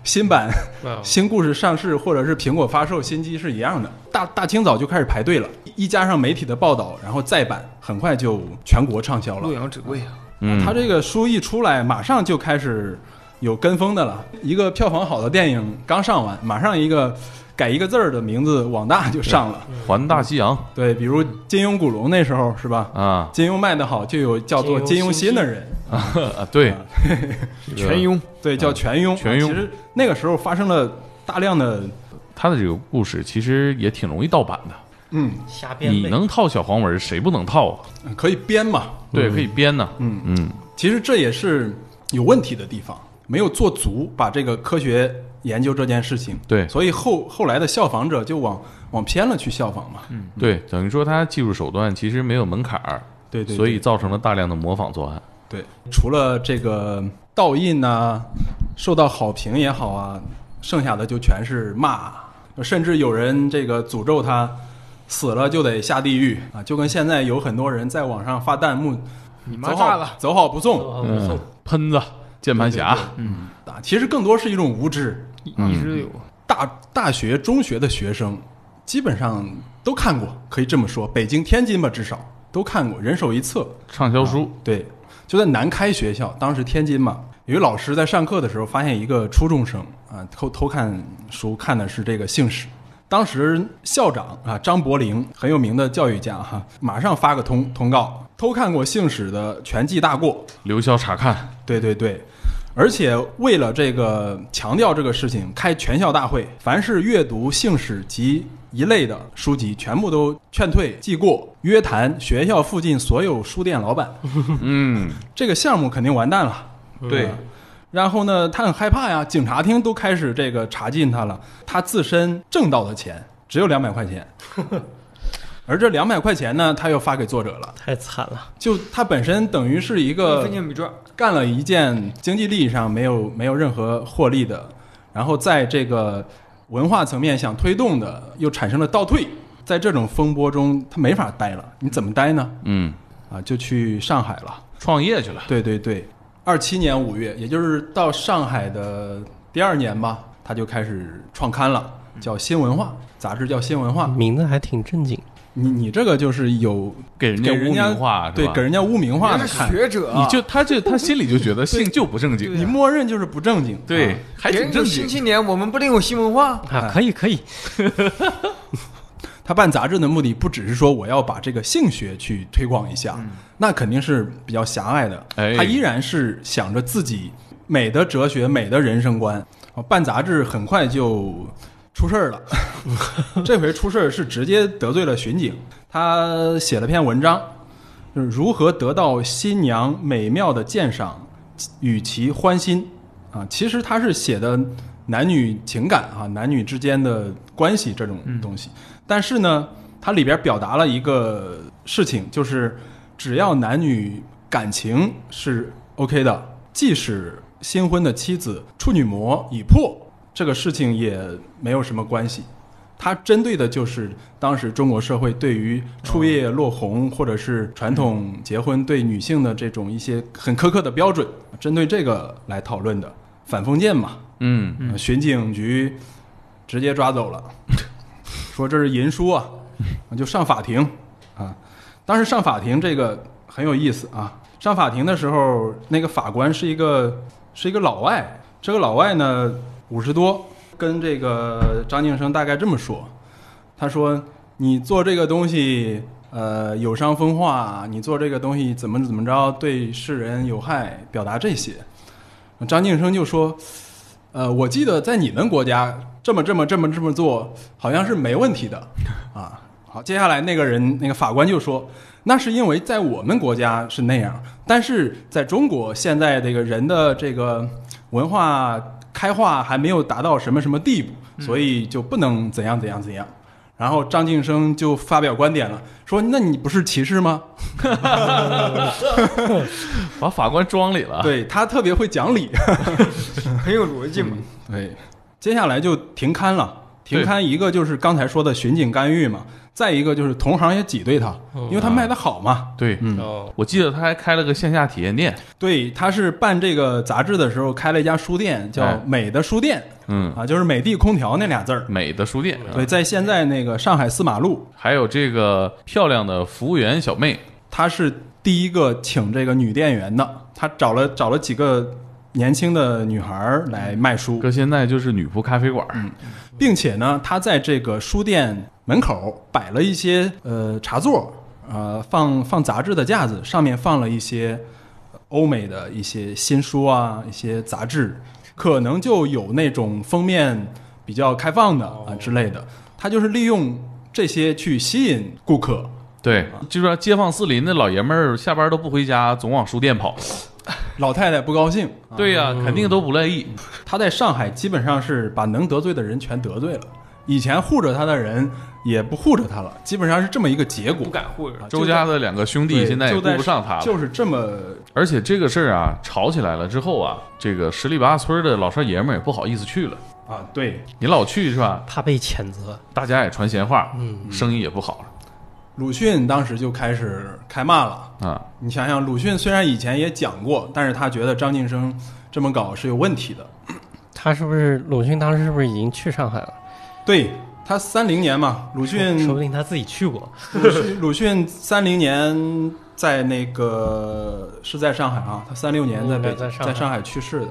E: 新版、
G: 嗯
E: 新故事上市，或者是苹果发售新机是一样的，大大清早就开始排队了。一加上媒体的报道，然后再版，很快就全国畅销了
H: 洛。阳纸贵啊，
F: 嗯
E: 他这个书一出来，马上就开始有跟风的了。一个票房好的电影刚上完，马上一个改一个字儿的名字网大就上了。
F: 环大西洋
E: 对，比如金庸、古龙那时候是吧？
F: 啊
E: 金庸卖得好，就有叫做金
G: 金
E: 庸
G: 庸
E: 新
G: 新
E: 的人，呃
F: 啊，对，
H: 全庸
E: 对，叫全庸。啊
F: 全嗯庸
E: 其实那个时候发生了大量的，
F: 他的这个故事其实也挺容易盗版的。
E: 嗯，
G: 瞎编
F: 你
G: 呗
F: 能套小黄文，谁不能套啊？
E: 呃可以编嘛。
F: 对，可以编呢。
E: 嗯
F: 嗯，
E: 其实这也是有问题的地方，没有做足把这个科学研究这件事情。
F: 对
E: 所以后后来的效仿者就往往偏了去效仿嘛。嗯，
F: 对，等于说他技术手段其实没有门槛儿，
E: 对对对
F: 所以造成了大量的模仿作案。
E: 对，除了这个盗印呐、啊受到好评也好啊，剩下的就全是骂，甚至有人这个诅咒他死了就得下地狱啊，就跟现在有很多人在网上发弹幕，
H: 你妈
E: 走
H: 炸
E: 好
H: 了，
E: 走好不送
G: 哦不送
F: 嗯喷子、键盘侠，
G: 嗯
E: 啊，其实更多是一种无知。
H: 一一直都有。
E: 大大学、中学的学生基本上都看过，可以这么说，北京、天津吧，至少都看过，人手一册。
F: 畅销书，
E: 对，就在南开学校，当时天津嘛，有一老师在上课的时候发现一个初中生啊偷偷看书，看的是这个姓史。当时校长啊张伯苓很有名的教育家哈、马上发个通通告，偷看过姓史的全记大过。
F: 留校查看，
E: 对对对，而且为了这个强调这个事情，开全校大会，凡是阅读姓史及一类的书籍，全部都劝退、记过、约谈学校附近所有书店老板。
F: 嗯，
E: 这个项目肯定完蛋了。
F: 对
E: 嗯然后呢，他很害怕呀，警察厅都开始这个查禁他了。他自身挣到的钱只有两百块钱，而这两百块钱呢，他又发给作者了。
G: 太惨了，
E: 就他本身等于是一
H: 一
E: 个
H: 分钱没赚，
E: 干了一件经济利益上没有没有任何获利的，然后在这个文化层面想推动的，又产生了倒退，在这种风波中，他没法待了，你怎么待呢？
F: 嗯，
E: 啊，就去上海了。
F: 创业去了，
E: 对对对，二七年五月，也就是到上海的第二年吧，他就开始创刊了，叫《新文化》杂志，叫《新文化》。
G: 名字还挺正经。
E: 你你这个就是有
F: 给人家
E: 给人
F: 污
E: 家
F: 名化，是
E: 对
F: 吧
E: 给人家污名化
H: 人
E: 的
H: 家
E: 看
H: 是，学者啊，
F: 你就他就他心里就觉得性就不正经，
E: 你默认就是不正经。
F: 对
E: 啊，
F: 还
H: 别
F: 挺
H: 人
F: 正
H: 有
F: 经
H: 新，青年，我们不定有新文化。
G: 啊，可以可以，
E: 他办杂志的目的不只是说我要把这个性学去推广一下，那肯定是比较狭隘的。
F: 哎
E: 他依然是想着自己美的哲学、美的人生观。啊办杂志很快就出事儿了， 这回出事儿是直接得罪了巡警。他写了篇文章，就是如何得到新娘美妙的鉴赏，与其欢心啊。其实他是写的男女情感啊，男女之间的关系这种东西。但是呢，它里边表达了一个事情，就是只要男女感情是 OK 的，即使新婚的妻子处女膜已破，这个事情也没有什么关系。它针对的就是当时中国社会对于初夜落红或者是传统结婚对女性的这种一些很苛刻的标准，针对这个来讨论的反封建嘛，
F: 嗯，
E: 呃巡警局直接抓走了，说这是淫书啊，就上法庭啊。当时上法庭这个很有意思啊，上法庭的时候，那个法官是一个是一个老外，这个老外呢五十多，跟这个张晋生大概这么说，他说你做这个东西。呃，有伤风化，你做这个东西怎么怎么着，对世人有害，表达这些。张晋生就说：“呃，我记得在你们国家这么这么这么这么做，好像是没问题的啊。好，接下来那个人那个法官就说，那是因为在我们国家是那样，但是在中国现在这个人的这个文化开化还没有达到什么什么地步，所以就不能怎样怎样怎样。然后张晋生就发表观点了，说：“那你不是歧视吗？”
F: 把法官装里了，
E: 对他特别会讲理，
H: 很有逻辑嘛。
E: 对，接下来就停刊了。停刊一个就是刚才说的巡警干预嘛，再一个就是同行也挤兑他，因为他卖的好嘛。
F: 对，
G: 哦，
F: 我记得他还开了个线下体验店，
E: 对，他是办这个杂志的时候开了一家书店，叫
F: 哎
E: 美的书店
F: 嗯，
E: 啊，就是美的空调那俩字儿。
F: 美的书店，啊
E: 对，在现在那个上海四马路，
F: 还有这个漂亮的服务员小妹，
E: 他是第一个请这个女店员的，他找了找了几个年轻的女孩儿来卖书，
F: 搁现在就是女仆咖啡馆，
E: 嗯并且呢，他在这个书店门口摆了一些呃茶座，呃放放杂志的架子，上面放了一些呃欧美的一些新书啊，一些杂志，可能就有那种封面比较开放的啊之类的。他就是利用这些去吸引顾客。
F: 对，
E: 啊
F: 就说街坊四邻的老爷们儿下班都不回家，总往书店跑，
E: 老太太不高兴，嗯
F: 对呀、肯定都不乐意，
E: 他在上海基本上是把能得罪的人全得罪了，以前护着他的人也不护着他了，基本上是这么一个结果。
H: 不敢护着
E: 啊，
F: 呃周家的两个兄弟
E: 对
F: 现在也
E: 就在
F: 顾不上他了，
E: 就是这么
F: 而且这个事儿啊，吵起来了之后啊，这个十里八村的老少爷们儿也不好意思去了。
E: 啊，对，
F: 你老去是吧？
G: 怕被谴责。
F: 大家也传闲话，嗯，生意也不好了
E: 鲁迅当时就开始开骂了。
F: 啊。
E: 你想想，鲁迅虽然以前也讲过，但是他觉得张晋生这么搞是有问题的。
G: 他是不是鲁迅当时是不是已经去上海了？
E: 对他三零年嘛，鲁迅
G: 说不定他自己去过。
E: 鲁迅 鲁迅三零年在那个是在上海啊，他三六年在北
G: 嗯在上海
E: 在上海去世的。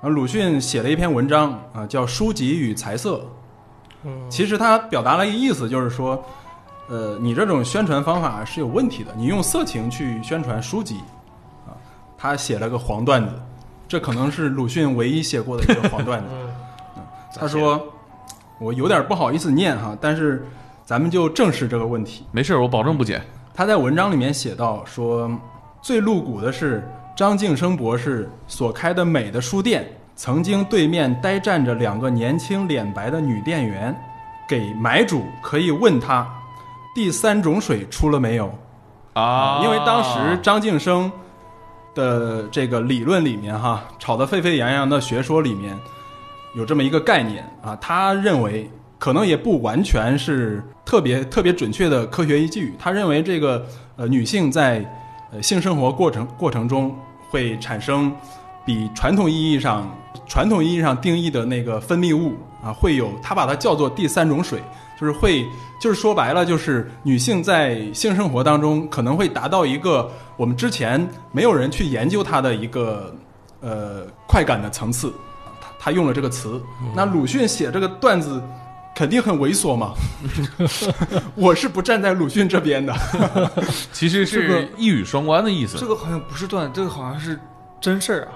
E: 然后鲁迅写了一篇文章啊，叫《书籍与财色》。
G: 嗯
E: 其实他表达了一个意思，就是说，呃，你这种宣传方法是有问题的，你用色情去宣传书籍，啊，他写了个黄段子，这可能是鲁迅唯一写过的一个黄段 子。嗯
G: 嗯
E: 他说：“我有点不好意思念哈，但是咱们就正视这个问题。
F: 没事儿，我保证不剪。”
E: 他在文章里面写到说，最露骨的是张晋生博士所开的美的书店，曾经对面呆站着两个年轻脸白的女店员，给买主可以问他，第三种水出了没有？
F: 啊
E: 因为当时张晋生的这个理论里面哈，吵得沸沸扬扬的学说里面有这么一个概念啊，他认为可能也不完全是特别特别准确的科学依据，他认为这个呃女性在呃性生活过程过程中会产生比传统意义上传统意义上定义的那个分泌物啊，会有他把它叫做第三种水，就是会就是说白了就是女性在性生活当中可能会达到一个我们之前没有人去研究它的一个呃快感的层次。他他用了这个词，那鲁迅写这个段子。肯定很猥琐嘛， 我是不站在鲁迅这边的。
F: 其实是一语双关的意思。
H: 这个好像不是段，这个好像是真事儿啊。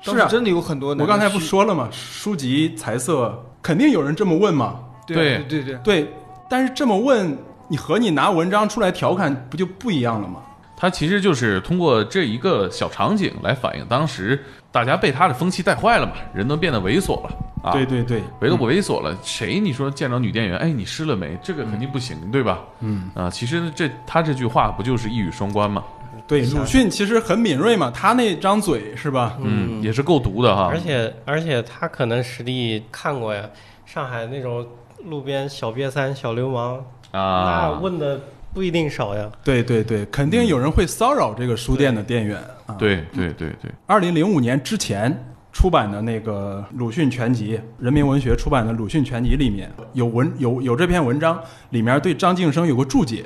E: 是
H: 当
E: 啊
H: 时真的有很多
E: 我
H: 男的去。
E: 刚才不说了吗？书籍财色，肯定有人这么问嘛。
H: 对啊？
F: 对
H: 对对对，
E: 对，但是这么问，你和你拿文章出来调侃，不就不一样了吗？
F: 他其实就是通过这一个小场景来反映当时大家被他的风气带坏了嘛，人都变得猥琐了啊。
E: 对对对，
F: 唯独我猥琐了，谁你说见着女店员，哎，你湿了没？这个肯定不行，对吧？嗯啊，其实这他这句话不就是一语双关吗？
E: 对，鲁迅其实很敏锐嘛，他那张嘴是吧？
F: 啊嗯，也是够毒的哈。
G: 而且而且他可能实地看过呀，上海那种路边小瘪三、小流氓，那
F: 啊，
G: 问的不一定少呀。
E: 对对对，肯定有人会骚扰这个书店的店员啊。，
F: 对对对对，
E: 二零零五年之前。出版的那个鲁迅全集，人民文学出版的鲁迅全集里面有文有有这篇文章，里面对张晋生有个注解，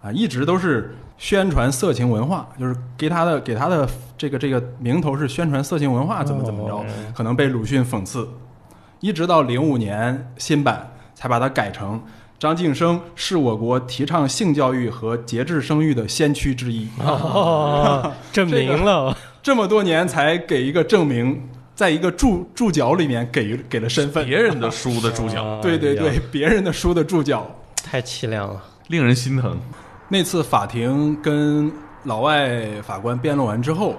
E: 啊，一直都是宣传色情文化，就是给他的给他的这个这个名头是宣传色情文化，怎么怎么着，可能被鲁迅讽刺，一直到零五年新版才把它改成张晋生是我国提倡性教育和节制生育的先驱之一。
G: 哦，证明了，
E: 这么多年才给一个证明，在一个注注脚里面给给了身份。啊
F: 别人的书的注 脚，
E: 对对
G: 哎呀
E: 对，， 别人的书的注脚。
G: 太凄凉了。
F: 令人心疼。
E: 那次法庭跟老外法官辩论完之后，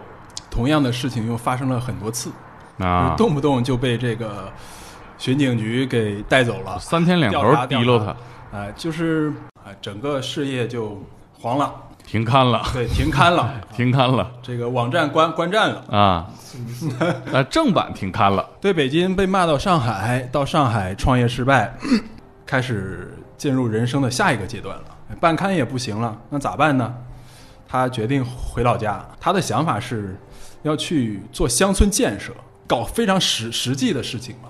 E: 同样的事情又发生了很多次，
F: 啊
E: 就，动不动就被这个巡警局给带走了，
F: 三天两
E: 调
F: 头
E: 查
F: 提溜
E: 调
F: 他
E: 查，啊、就是啊、整个事业就黄了，
F: 停刊了，
E: 对，停刊了，
F: 停刊了
E: 这个网站关关站了。
F: 啊，啊，正版停刊了，
E: 对北京被骂到上海，到上海创业失败，开始进入人生的下一个阶段了。办刊也不行了，那咋办呢？他决定回老家。他的想法是要去做乡村建设，搞非常实实际的事情嘛。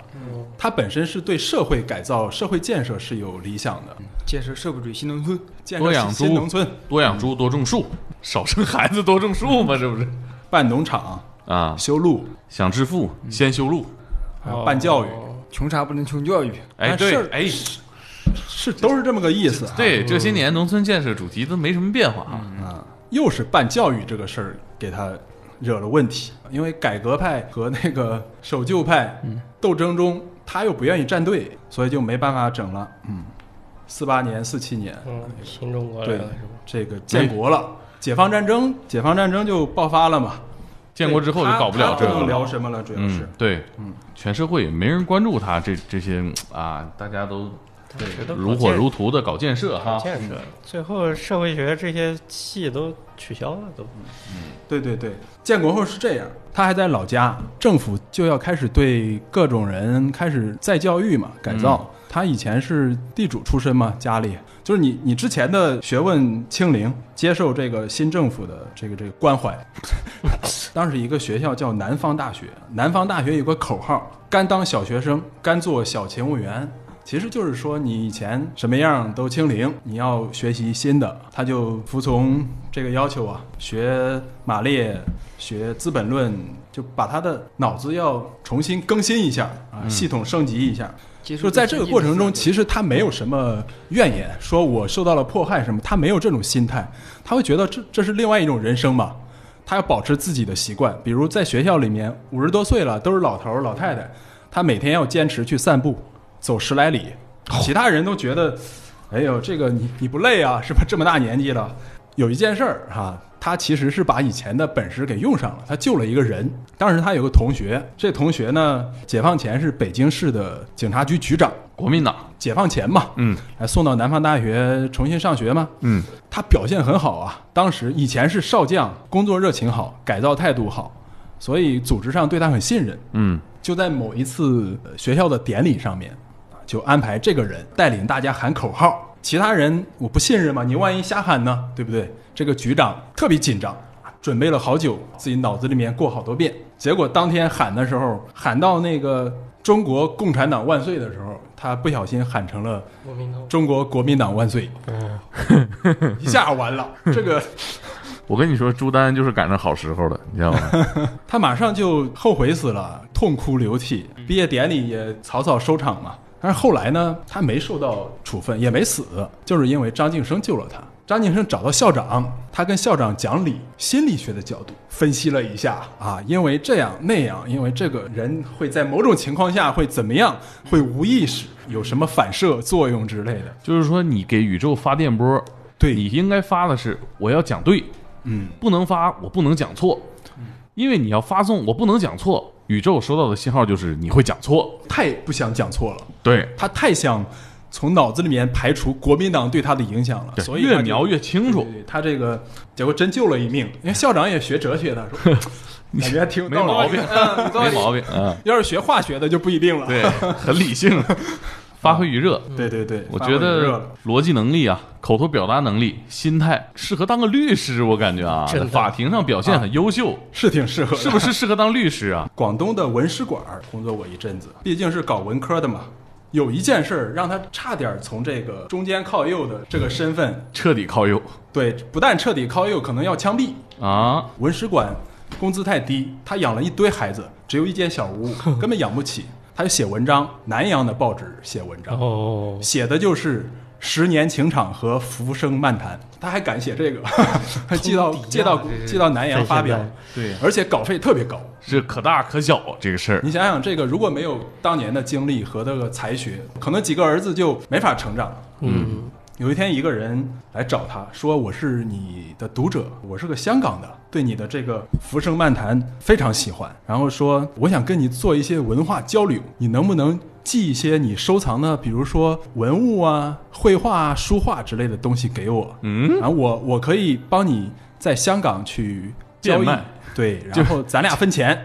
E: 他本身是对社会改造、社会建设是有理想的，
H: 建设社会主义新农村，
E: 建
F: 嗯多
E: 设
F: 养
E: 新新
F: 猪
E: 农村、
F: 多养猪，多种树，少生孩子，多种树嘛，这不是
E: 办农场、
F: 啊？
E: 修路、
F: 想致富，先修路。
E: 还有办教育，
H: 穷啥不能穷教育。
F: 哦哎，
E: 啊
F: 对
E: 是，
F: 哎，
E: 是都是这么个意思。，啊
F: 对，这些年农村建设主题都没什么变化啊。
E: 嗯又是办教育这个事儿给他惹了问题，因为改革派和那个守旧派斗争中，他又不愿意站队，所以就没办法整了。嗯，四八年、四七年，
G: 嗯，新中国来
E: 对
G: 了是吧？
E: 这个建国了，解放战争，解放战争就爆发了嘛。
F: 建国之后就搞不了这
E: 他
F: 个
E: 不能
F: 了。
E: 聊什么了，主要
F: 嗯
E: 是，
F: 对，全社会也没人关注他这这些啊，大家都
G: 觉得
F: 如火如荼的搞建设哈。
G: 建设，最后社会学这些系都取消了，都
E: 对对对，建国后是这样，他还在老家，政府就要开始对各种人开始再教育嘛，改造。他以前是地主出身嘛，家里就是你你之前的学问清零，接受这个新政府的这个这个关怀。当时一个学校叫南方大学，南方大学有个口号：甘当小学生，甘做小勤务员。其实就是说，你以前什么样都清零，你要学习新的，他就服从这个要求啊，学马列，学《资本论》，就把他的脑子要重新更新一下啊，系统升级一下。
H: 接
E: 就
H: 触
E: 在这个过程中，其
H: 实
E: 实他没有什么怨言，说我受到了迫害什么，他没有这种心态，他会觉得这这是另外一种人生嘛，他要保持自己的习惯，比如在学校里面，五十多岁了都是老头儿老太太，他每天要坚持去散步，走十来里，其他人都觉得，哎呦，这个你你不累啊，是吧？这么大年纪了，有一件事儿哈、他其实是把以前的本事给用上了，他救了一个人。当时他有个同学，这同学呢，解放前是北京市的警察局局长，
F: 国民党，
E: 解放前嘛，
F: 嗯，
E: 哎，送到南方大学重新上学嘛，嗯，他表现很好啊。当时以前是少将，工作热情好，改造态度好，所以组织上对他很信任。
F: 嗯，
E: 就在某一次呃学校的典礼上面，就安排这个人带领大家喊口号，其他人我不信任嘛，你万一瞎喊呢，对不对？这个局长特别紧张，准备了好久，自己脑子里面过好多遍，结果当天喊的时候，喊到那个中国共产党万岁的时候，他不小心喊成了
G: 国民党
E: 中国国民党万岁，一下完了，这个
F: 我跟你说，朱丹就是赶上好时候了，你知道吗？
E: 他马上就后悔死了，痛哭流涕。
F: 嗯
E: 毕业典礼也草草收场嘛。但是后来呢，他没受到处分，也没死，就是因为张晋生救了他。张晋生找到校长，他跟校长讲理，心理学的角度分析了一下啊，因为这样那样，因为这个人会在某种情况下会怎么样，会无意识有什么反射作用之类的。
F: 就是说，你给宇宙发电波，
E: 对
F: 你应该发的是我要讲对，嗯，不能发我不能讲错，因为你要发送我不能讲错，宇宙收到的信号就是你会讲错，
E: 太不想讲错了，
F: 对，
E: 他太想从脑子里面排除国民党对他的影响了，所以他
F: 越
E: 就
F: 描越清楚
E: 对，对对他这个结果真救了一命，因为校长也学哲学的， 说感觉还挺有
F: 没
E: 道理
F: 毛病，没毛病，嗯，
E: 要是学化学的就不一定了。
F: 对，很理性，发挥余热。
E: 对对对，
F: 我
E: 嗯发
F: 觉
E: 挥热
F: 得
E: 了
F: 逻辑能力啊，口头表达能力、心态，适合当个律师。我感觉啊，
G: 真
F: 在
G: 的
F: 法庭上表现很优秀，
E: 是挺适合的，
F: 是不？是适合当律师啊？
E: 广东的文史馆儿工作过一阵子，毕竟是搞文科的嘛。有一件事儿让他差点儿从这个中间靠右的这个身份，
F: 彻底靠右
E: 对，不但彻底靠右，可能要枪毙。
F: 啊！
E: 文史馆工资太低，他养了一堆孩子，只有一间小 屋，根本养不起。他就写文章，南洋的报纸写文章，
G: 哦，
E: 写的就是十年情场和浮生漫谈。他还敢写这 个， 还寄到
H: 通敌啊
E: 寄到
H: 这是
E: 寄到南洋发表
G: 在现在，
E: 对，而且稿费特别高。
F: 是可大可小啊这个事儿。
E: 你想想，这个如果没有当年的经历和这个才学，可能几个儿子就没法成长了。
G: 嗯，
E: 有一天，一个人来找他说：“我是你的读者，我是个香港的，对你的这个《浮生漫谈》非常喜欢。然后说，我想跟你做一些文化交流，你能不能寄一些你收藏的，比如说文物啊、绘画啊、书画之类的东西给我？嗯，然后我我可以帮你在香港去交易
F: 变卖，
E: 对，然后咱俩分钱。”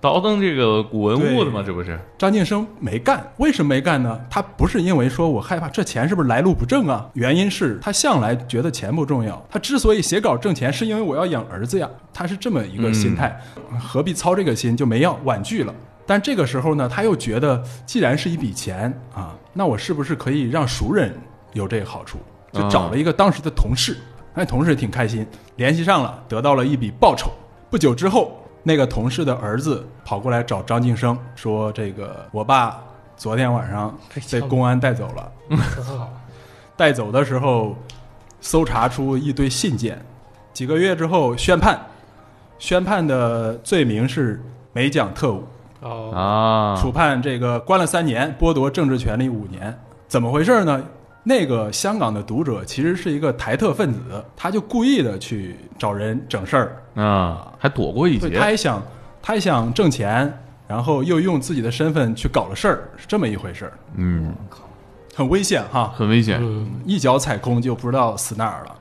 F: 倒腾这个古文物的嘛，
E: 对
F: 这不是？
E: 张晋生没干，为什么没干呢？他不是因为说我害怕这钱是不是来路不正啊，原因是他向来觉得钱不重要。他之所以写稿挣钱，是因为我要养儿子呀，他是这么一个心态，呃何必操这个心就没要，婉拒了。但这个时候呢，他又觉得，既然是一笔钱啊，那我是不是可以让熟人有这个好处？就找了一个当时的同事，那同事挺开心，联系上了，得到了一笔报酬。不久之后，那个同事的儿子跑过来找张晋生说：“这个我爸昨天晚上被公安带走了，带走的时候搜查出一堆信件，几个月之后宣判，宣判的罪名是美蒋特务，
G: 哦，
F: 啊，
E: 处判这个关了三年，剥夺政治权利五年。怎么回事呢？那个香港的读者其实是一个台特分子，他就故意的去找人整事儿，
F: 啊，还躲过一
E: 对，他
F: 劫。
E: 也想，他也想挣钱，然后又用自己的身份去搞了事儿，是这么一回事儿，
F: 嗯，
E: 很危险哈，
F: 很危险。
E: 一脚踩空就不知道死哪儿了。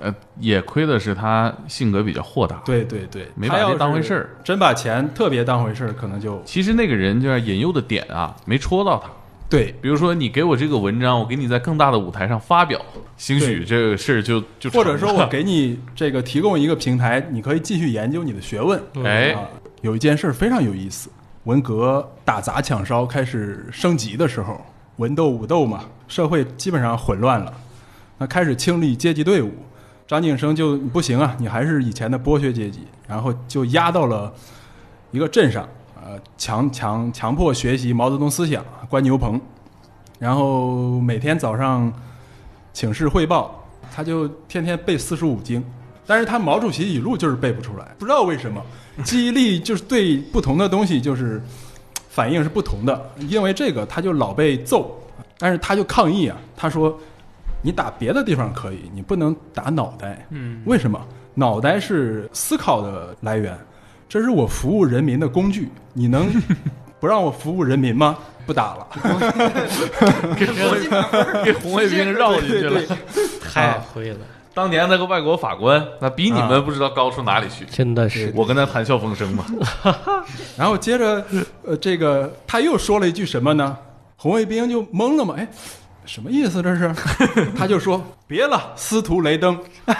F: 呃，也亏的是他性格比较豁达。
E: 对对对，
F: 没
E: 他
F: 把这
E: 要是
F: 当回事儿
E: 真把钱特别当回事儿，可能就
F: 其实那个人就是引诱的点啊，没戳到他。
E: 对，
F: 比如说，你给我这个文章，我给你在更大的舞台上发表，兴许
E: 对
F: 这个事儿就就
E: 或者说
F: 成了
E: 我给你这个提供一个平台，你可以继续研究你的学问。
F: 哎
E: 啊，有一件事儿非常有意思，文革打砸抢烧开始升级的时候，文斗武斗嘛，社会基本上混乱了，那开始清理阶级队伍。张景生就不行啊，你还是以前的剥削阶级，然后就压到了一个镇上，呃，强强强迫学习毛泽东思想，关牛棚，然后每天早上请示汇报，他就天天背四书五经，但是他毛主席语录就是背不出来，不知道为什么，记忆力就是对不同的东西就是反应是不同的，因为这个他就老被揍，但是他就抗议啊，他说你打别的地方可以，你不能打脑袋，嗯，为什么？脑袋是思考的来源，这是我服务人民的工具，你能不让我服务人民吗？不打了。嗯
F: 给红给红卫兵绕进去了。
G: 太会了，
F: 当年那个外国法官，那比你
E: 啊
F: 们不知道高出哪里去。
G: 真的是
F: 我跟他谈笑风生 嘛，
E: 然后接着，呃，这个他又说了一句什么呢？红卫兵就懵了嘛，哎，什么意思这是？ 他就说别了，司徒雷登。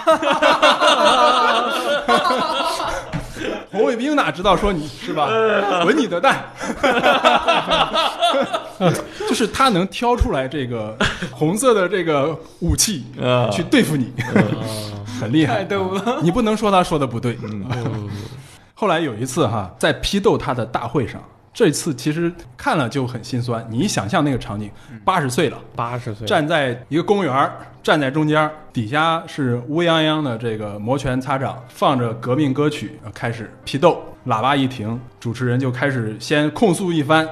E: 红卫兵哪知道说你是吧？滚你的蛋！ 就是他能挑出来这个红色的这个武器去对付你， 很厉害，
H: 哎
E: 太逗了。 你不能说他说的不对。 后来有一次哈，在批斗他的大会上，这次其实看了就很心酸。你想象那个场景，八十岁了，
G: 八十岁，
E: 站在一个公园儿，站在中间儿，底下是乌泱泱的这个摩拳擦掌，放着革命歌曲，呃开始批斗。喇叭一停，主持人就开始先控诉一番，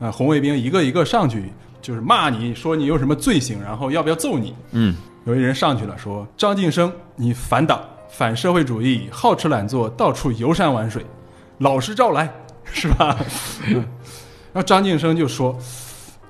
E: 啊，红卫兵一个一个上去就是骂你说你有什么罪行，然后要不要揍你。
F: 嗯，
E: 有一人上去了说：“张晋生，你反党、反社会主义，好吃懒做，到处游山玩水，老实招来，是吧？”嗯然后张晋生就说：“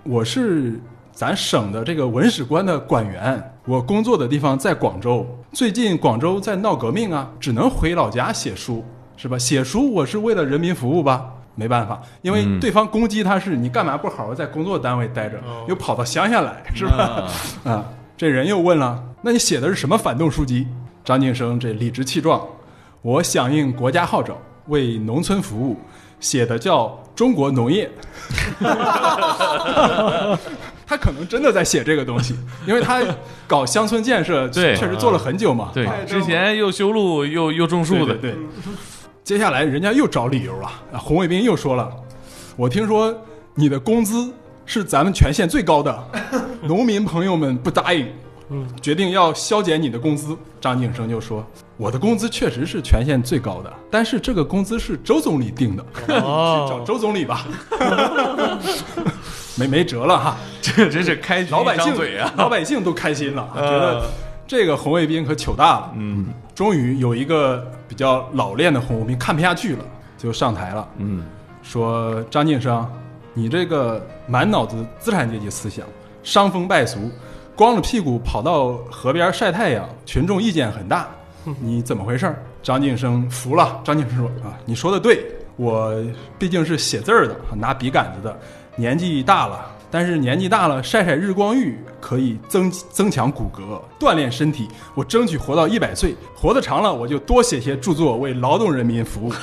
E: 我是咱省的这个文史官的管员，我工作的地方在广州。最近广州在闹革命啊，只能回老家写书，是吧？写书我是为了人民服务吧。”没办法，因为
F: 嗯
E: 对方攻击他是你干嘛不好好在工作单位待着，又跑到乡下来，是吧？ 啊，这人又问了：“那你写的是什么反动书籍？”张晋生这理直气壮：“我响应国家号召，为农村服务，写的叫《中国农业》。”他可能真的在写这个东西，因为他搞乡村建设，
F: 对
E: 确实做了很久嘛。
F: 对
E: 啊，
F: 之前又修路又又种树的，
E: 对对对接下来人家又找理由了，啊红卫兵又说了：“我听说你的工资是咱们全县最高 的，农民朋友们不答应，
F: 嗯
E: 决定要削减你的工资。”张景生就说：“我的工资确实是全县最高的，但是这个工资是周总理定的， 你
F: 哦
E: 去找周总理吧。 没没辙了哈，
F: 这真是开局
E: 老百
F: 一
E: 姓
F: 张嘴啊！嗯
E: 老百姓都开 心了，觉得这个红卫兵可糗大了。嗯，终于有一个比较老练的红卫兵看不下去了，就上台了，
F: 嗯，
E: 说：“张晋生，你这个满脑子资产阶级思想，伤风败俗，光着屁股跑到河边晒太阳，群众意见很大，你怎么回事儿？”张晋生服了。张晋生说：“啊，你说的对，我毕竟是写字儿的，拿笔杆子的，年纪大了。”但是年纪大了，晒晒日光浴可以增增强骨骼，锻炼身体。我争取活到一百岁，活得长了，我就多写些著作，为劳动人民服务。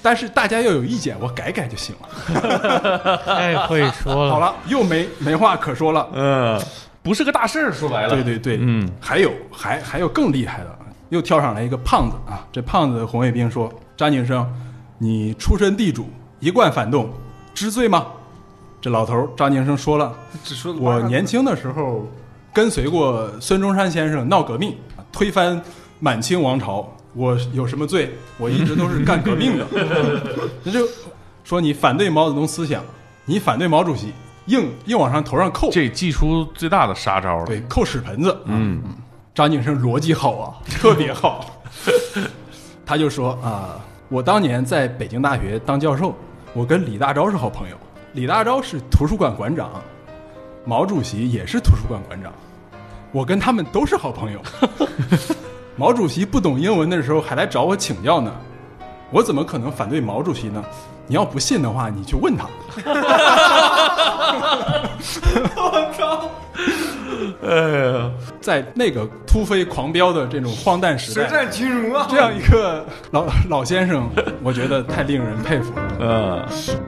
E: 但是大家要有意见，我改改就行了。
G: 太会说了。
E: 好了，又没没话可说了。
F: 嗯，不是个大事儿，说白了，
E: 对对对，
F: 嗯，
E: 还有还还有更厉害的，又跳上来一个胖子啊！这胖子红卫兵说：“张景生，你出身地主，一贯反动，知罪吗？”这老头儿张景生说了：“
H: 只说了
E: 嗯我
H: 八个
E: 年轻的时候跟随过孙中山先生闹革命，推翻满清王朝，我有什么罪？我一直都是干革 命的。那就说你反对毛泽东思想，你反对毛主席，硬硬往上头上扣，
F: 这祭出最大的杀招了。
E: 对，扣屎盆子。嗯，张景生逻辑好啊，特别好。 他就说啊，我当年在北京大学当教授，我跟李大钊是好朋友。李大钊是图书馆馆长，毛主席也是图书馆馆长，我跟他们都是好朋友。 毛主席不懂英文的时候还来找我请教呢，我怎么可能反对毛主席呢？你要不信的话，你去问他。在那个突飞狂飙的这种荒诞时代，
H: 舌战群儒啊！
E: 这样一个老老先生，我觉得太令人佩服了。
F: 嗯，